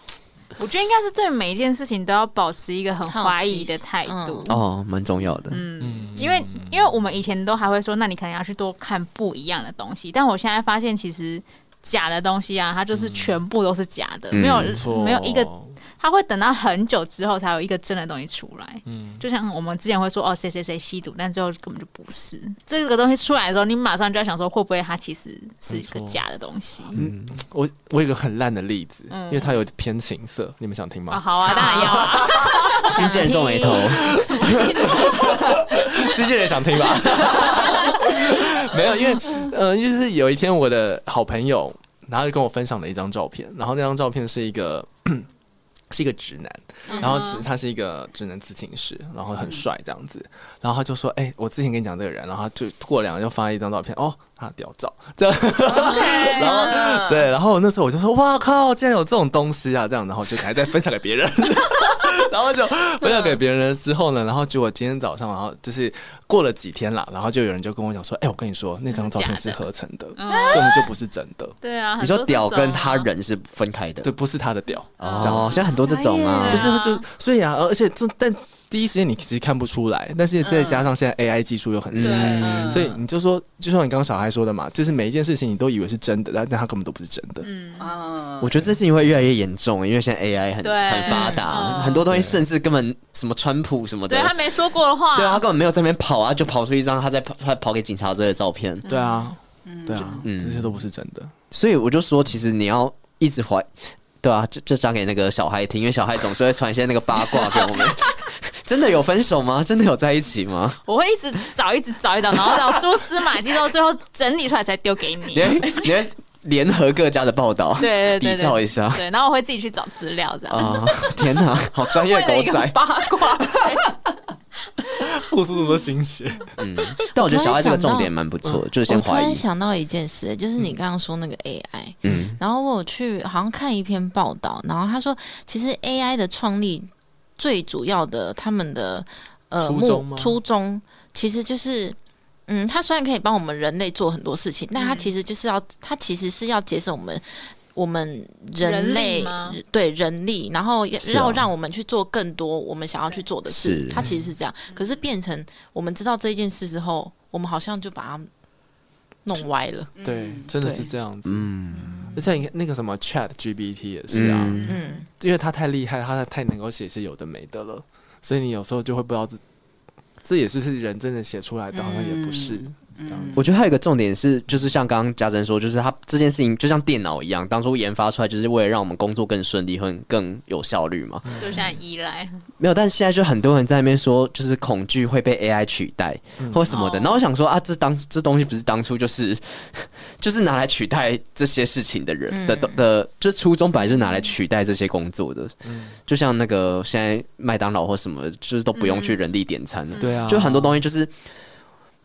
[SPEAKER 6] [laughs] 我觉得应该是对每一件事情都要保持一个很怀疑的态度
[SPEAKER 7] 好，
[SPEAKER 5] 哦，蛮重要的。嗯，
[SPEAKER 6] 因为因为我们以前都还会说，那你可能要去多看不一样的东西，但我现在发现其实。假的东西啊，它就是
[SPEAKER 5] 嗯
[SPEAKER 6] 全部都是假的，没有
[SPEAKER 5] 没
[SPEAKER 3] 错
[SPEAKER 6] 没有一个，它会等到很久之后才有一个真的东西出来。
[SPEAKER 3] 嗯
[SPEAKER 6] 就像我们之前会说哦谁谁谁吸毒，但最后根本就不是。这个东西出来的时候，你马上就要想说会不会它其实是一个
[SPEAKER 3] 没错
[SPEAKER 6] 假的东西。
[SPEAKER 3] 嗯，我我有一个很烂的例子，因为它有偏情色，你们想听
[SPEAKER 6] 啊、
[SPEAKER 3] 吗？
[SPEAKER 6] 好啊，当然要
[SPEAKER 5] [laughs]
[SPEAKER 6] 啊。
[SPEAKER 5] 经纪人皱眉头，
[SPEAKER 3] 经纪人想听吧？没有，因为呃，就是有一天我的好朋友，然后就跟我分享了一张照片，然后那张照片是一个 [clears throat] 是一个直男，然后直他是一个直男咨询师，然后很帅这样子，然后他就说：“哎、我之前跟你讲这个人。”然后他就过两个就发一张照片，哦，他的屌照，这样，然后对，然后我那时候我就说：“哇靠，竟然有这种东西啊！”这样，然后就赶快再分享给别人。然后就
[SPEAKER 5] 嗯
[SPEAKER 3] 分享给别人了之后呢，然后结果今天早上，然后就是过了几天啦，然后就有人就跟我讲说，哎、我跟你说那张照片是合成的，
[SPEAKER 5] 嗯
[SPEAKER 3] 根本就不是真的，
[SPEAKER 6] 对啊，
[SPEAKER 5] 你说
[SPEAKER 6] 很多这种
[SPEAKER 5] 屌
[SPEAKER 6] 啊
[SPEAKER 5] 跟他人是分开的
[SPEAKER 3] 对，。不是他的屌，这样
[SPEAKER 5] 哦，
[SPEAKER 3] 子。
[SPEAKER 5] 现在很多这种啊，
[SPEAKER 6] 对
[SPEAKER 3] 就
[SPEAKER 5] 就是
[SPEAKER 3] 是就所以啊，而且这但第一时间你其实看不出来，但是再加上现在 AI 技术又很厉害，
[SPEAKER 5] 嗯，
[SPEAKER 3] 所以你就说，就像你刚刚小孩说的嘛，就是每一件事情你都以为是真的，但但它根本都不是真的。
[SPEAKER 4] 嗯，
[SPEAKER 5] 我觉得这事情会越来越严重，因为现在 AI 很
[SPEAKER 6] 对嗯
[SPEAKER 5] 很发达，很多东西甚至根本什么川普什么的
[SPEAKER 6] 对，他没说过的话，
[SPEAKER 5] 对啊，他根本没有在那边跑啊，就跑出一张他在跑他跑给警察之类的照片。
[SPEAKER 3] 对啊，对啊，
[SPEAKER 5] 嗯
[SPEAKER 3] 这些都不是真的。
[SPEAKER 5] 所以我就说，其实你要一直怀，对啊，就就讲给那个小孩听，因为小孩总是会传一些那个八卦给我
[SPEAKER 6] [laughs]
[SPEAKER 5] 们。真的有分手吗？真的有在一起吗？
[SPEAKER 6] 我会一直找，一直找，一直找，然后找蛛丝马迹，到最后整理出来才丢给
[SPEAKER 5] [laughs]
[SPEAKER 6] 你。对
[SPEAKER 5] 连连联合各家的报道，
[SPEAKER 6] 对对对，
[SPEAKER 5] 啊比较一下
[SPEAKER 6] 对，然后我会自己去找资料，这样。
[SPEAKER 5] 啊！天哪，好专业
[SPEAKER 4] 为
[SPEAKER 5] 的
[SPEAKER 4] 了一
[SPEAKER 5] 狗
[SPEAKER 4] 个
[SPEAKER 5] 仔。
[SPEAKER 4] 八卦，
[SPEAKER 3] 付出这么多心血，
[SPEAKER 5] 但我觉得小孩这个重
[SPEAKER 7] 我突
[SPEAKER 5] 点
[SPEAKER 7] 然想到嗯
[SPEAKER 5] 蛮不错，就是
[SPEAKER 7] 我
[SPEAKER 5] 先
[SPEAKER 7] 突
[SPEAKER 5] 怀
[SPEAKER 7] 然
[SPEAKER 5] 疑。
[SPEAKER 7] 想到一件事，就是你刚刚说那个 AI，
[SPEAKER 5] 嗯，
[SPEAKER 7] 然后我有去好像看一篇报道，然后他说，其实 AI 的创立最主要的他们的呃
[SPEAKER 3] 初
[SPEAKER 7] 目
[SPEAKER 3] 衷吗
[SPEAKER 7] 初衷其实就是。嗯，它虽然可以帮我们人类做很多事情，但它其实就是要，它其实是要节省我们我们人
[SPEAKER 6] 人
[SPEAKER 7] 类
[SPEAKER 6] 力吗
[SPEAKER 7] 对人力，然后要
[SPEAKER 5] 是啊
[SPEAKER 7] 要让我们去做更多我们想要去做的事
[SPEAKER 5] 是。
[SPEAKER 7] 它其实是这样，可是变成我们知道这件事之后，我们好像就把它弄歪了。
[SPEAKER 3] 对，真的是
[SPEAKER 7] 对
[SPEAKER 3] 这样子。嗯，而且你看那个什么 Chat GPT 也是啊，
[SPEAKER 5] 嗯
[SPEAKER 7] 嗯，
[SPEAKER 3] 因为它太厉害，它太能够写一些有的没的了，所以你有时候就会不知道这这也是是人真的写出来的，好像也不是。这样子。
[SPEAKER 5] 我觉得还有一个重点是，就是像刚刚嘉珍说，就是它这件事情就像电脑一样，当初研发出来就是为了让我们工作更顺利和更有效率嘛。
[SPEAKER 2] 就像依赖，
[SPEAKER 5] 嗯
[SPEAKER 6] 嗯
[SPEAKER 5] 没有，但现在就很多人在那边说，就是恐惧会被 AI 取代或什么的。然后我想说啊，这当这东西不是当初就是 [laughs] 就是拿来取代这些事情的人
[SPEAKER 7] 嗯
[SPEAKER 5] 的的，就初衷本来就是拿来取代这些工作的。就像那个现在麦当劳或什么，就是都不用
[SPEAKER 7] 嗯
[SPEAKER 5] 去人力点餐了。
[SPEAKER 3] 对啊，
[SPEAKER 5] 就很多东西就是，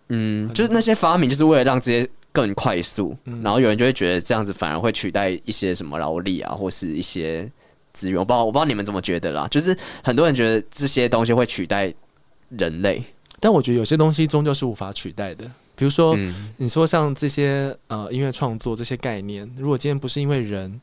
[SPEAKER 5] 嗯，就是那些发明就是为了让这些更快速，
[SPEAKER 3] 嗯
[SPEAKER 5] 然后有人就会觉得这样子反而会取代一些什么劳力啊，或是一些资源。我不知道，我不知道你们怎么觉得啦。就是很多人觉得这些东西会取代人类，
[SPEAKER 3] 但我觉得有些东西终究是无法取代的。比如说，
[SPEAKER 5] 嗯，
[SPEAKER 3] 你说像这些呃音乐创作这些概念，如果今天不是因为人，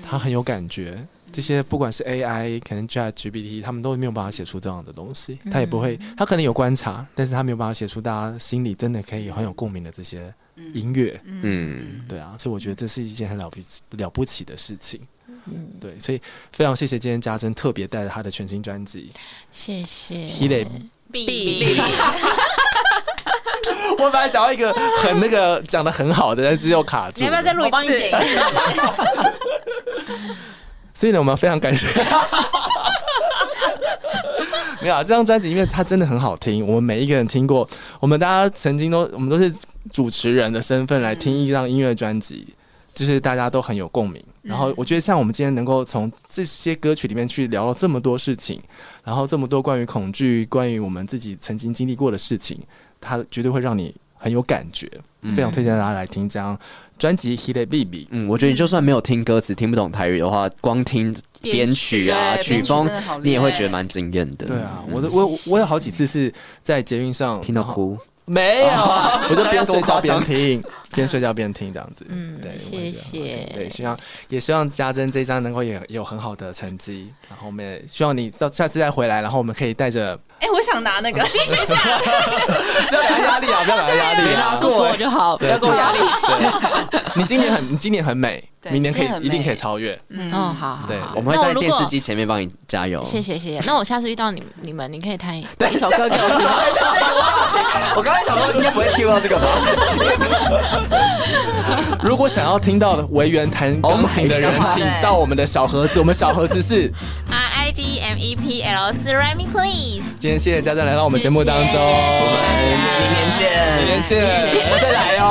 [SPEAKER 3] 他很有感觉，这些不管是 AI，可能 ChatGPT，他们都没有办法写出这样的东西。他也不会，他可能有观察，但是他没有办法写出大家心里真的可以很有共鸣的这些音乐。
[SPEAKER 5] 嗯，
[SPEAKER 3] 对啊，所以我觉得这是一件很了不起了不起的事情。对，所以非常谢谢今天家珍特别带着她的全新专辑
[SPEAKER 7] 谢谢。
[SPEAKER 3] 《h i d
[SPEAKER 7] 必
[SPEAKER 3] [laughs] 我本来想要一个很那个讲的很好的，但是又卡住
[SPEAKER 6] 你要不要再
[SPEAKER 3] 了。
[SPEAKER 6] 录
[SPEAKER 7] 我帮
[SPEAKER 6] 一
[SPEAKER 7] 你
[SPEAKER 6] 次
[SPEAKER 7] 剪？一下。
[SPEAKER 3] 所以呢，我们非常感谢。 [laughs] 没有啊，这张专辑因为它真的很好听，我们每一个人听过，我们大家曾经都我们都是主持人的身份来听一张音乐专辑，就是大家都很有共鸣。然后我觉得像我们今天能够从这些歌曲里面去聊到这么多事情，然后这么多关于恐惧、关于我们自己曾经经历过的事情，它绝对会让你很有感觉。非常推荐大家来听这张专辑《h i d e Baby》。
[SPEAKER 5] 嗯，我觉得你就算没有听歌词，听不懂台语的话，光听编曲啊、
[SPEAKER 4] 对
[SPEAKER 5] 曲
[SPEAKER 4] 编曲
[SPEAKER 5] 风
[SPEAKER 4] 真的好，厉害
[SPEAKER 5] 你也会觉得蛮惊艳的。嗯
[SPEAKER 3] 对啊，我的我我有好几次是在捷运上
[SPEAKER 5] 听到
[SPEAKER 3] 然后
[SPEAKER 5] 哭。
[SPEAKER 3] 没有啊，
[SPEAKER 4] 哦
[SPEAKER 3] [laughs] 我就边睡觉边
[SPEAKER 5] 那要多夸张
[SPEAKER 3] 听，边睡觉边听这样子。
[SPEAKER 7] 嗯
[SPEAKER 3] 对，我觉得
[SPEAKER 7] 谢谢
[SPEAKER 3] 很好听对，希望也希望家珍这一张能够也有很好的成绩，然后我们也希望你到下次再回来，然后我们可以带着
[SPEAKER 4] 哎，我想拿那个 [laughs] 金曲奖，
[SPEAKER 3] 不 [laughs] 要给他压力啊，不要给他压力啊，
[SPEAKER 7] 祝福我就好，不
[SPEAKER 3] 对
[SPEAKER 7] 要给我压力。。
[SPEAKER 4] [laughs]
[SPEAKER 3] 对你今年很，你今年很美，
[SPEAKER 4] 对
[SPEAKER 3] 明年可
[SPEAKER 4] 今年很
[SPEAKER 3] 以
[SPEAKER 4] 美
[SPEAKER 3] 一定可以超越。
[SPEAKER 7] 嗯，好好好
[SPEAKER 3] 对，
[SPEAKER 5] 我们会
[SPEAKER 7] 那我
[SPEAKER 5] 在
[SPEAKER 7] 如
[SPEAKER 5] 电视
[SPEAKER 7] 果
[SPEAKER 5] 机前面帮你加油。
[SPEAKER 7] 谢谢谢谢。那我下次遇到你你们，你可以弹 [laughs] 一
[SPEAKER 5] 等一
[SPEAKER 7] 首
[SPEAKER 5] 下
[SPEAKER 7] 歌给我听吗。 [laughs]
[SPEAKER 5] 我刚才想说应该不会听到这个吧？
[SPEAKER 3] 如果想要听到维园弹钢琴的人
[SPEAKER 7] 哦
[SPEAKER 5] Oh my，God
[SPEAKER 3] 请到我们的小盒子，我们小盒子是
[SPEAKER 2] R I D M E P L 四 r e m e please。
[SPEAKER 3] 今天谢谢家珍来到我们节目当中，
[SPEAKER 7] 谢谢谢谢大家
[SPEAKER 3] 明年见，明年见，再来哦。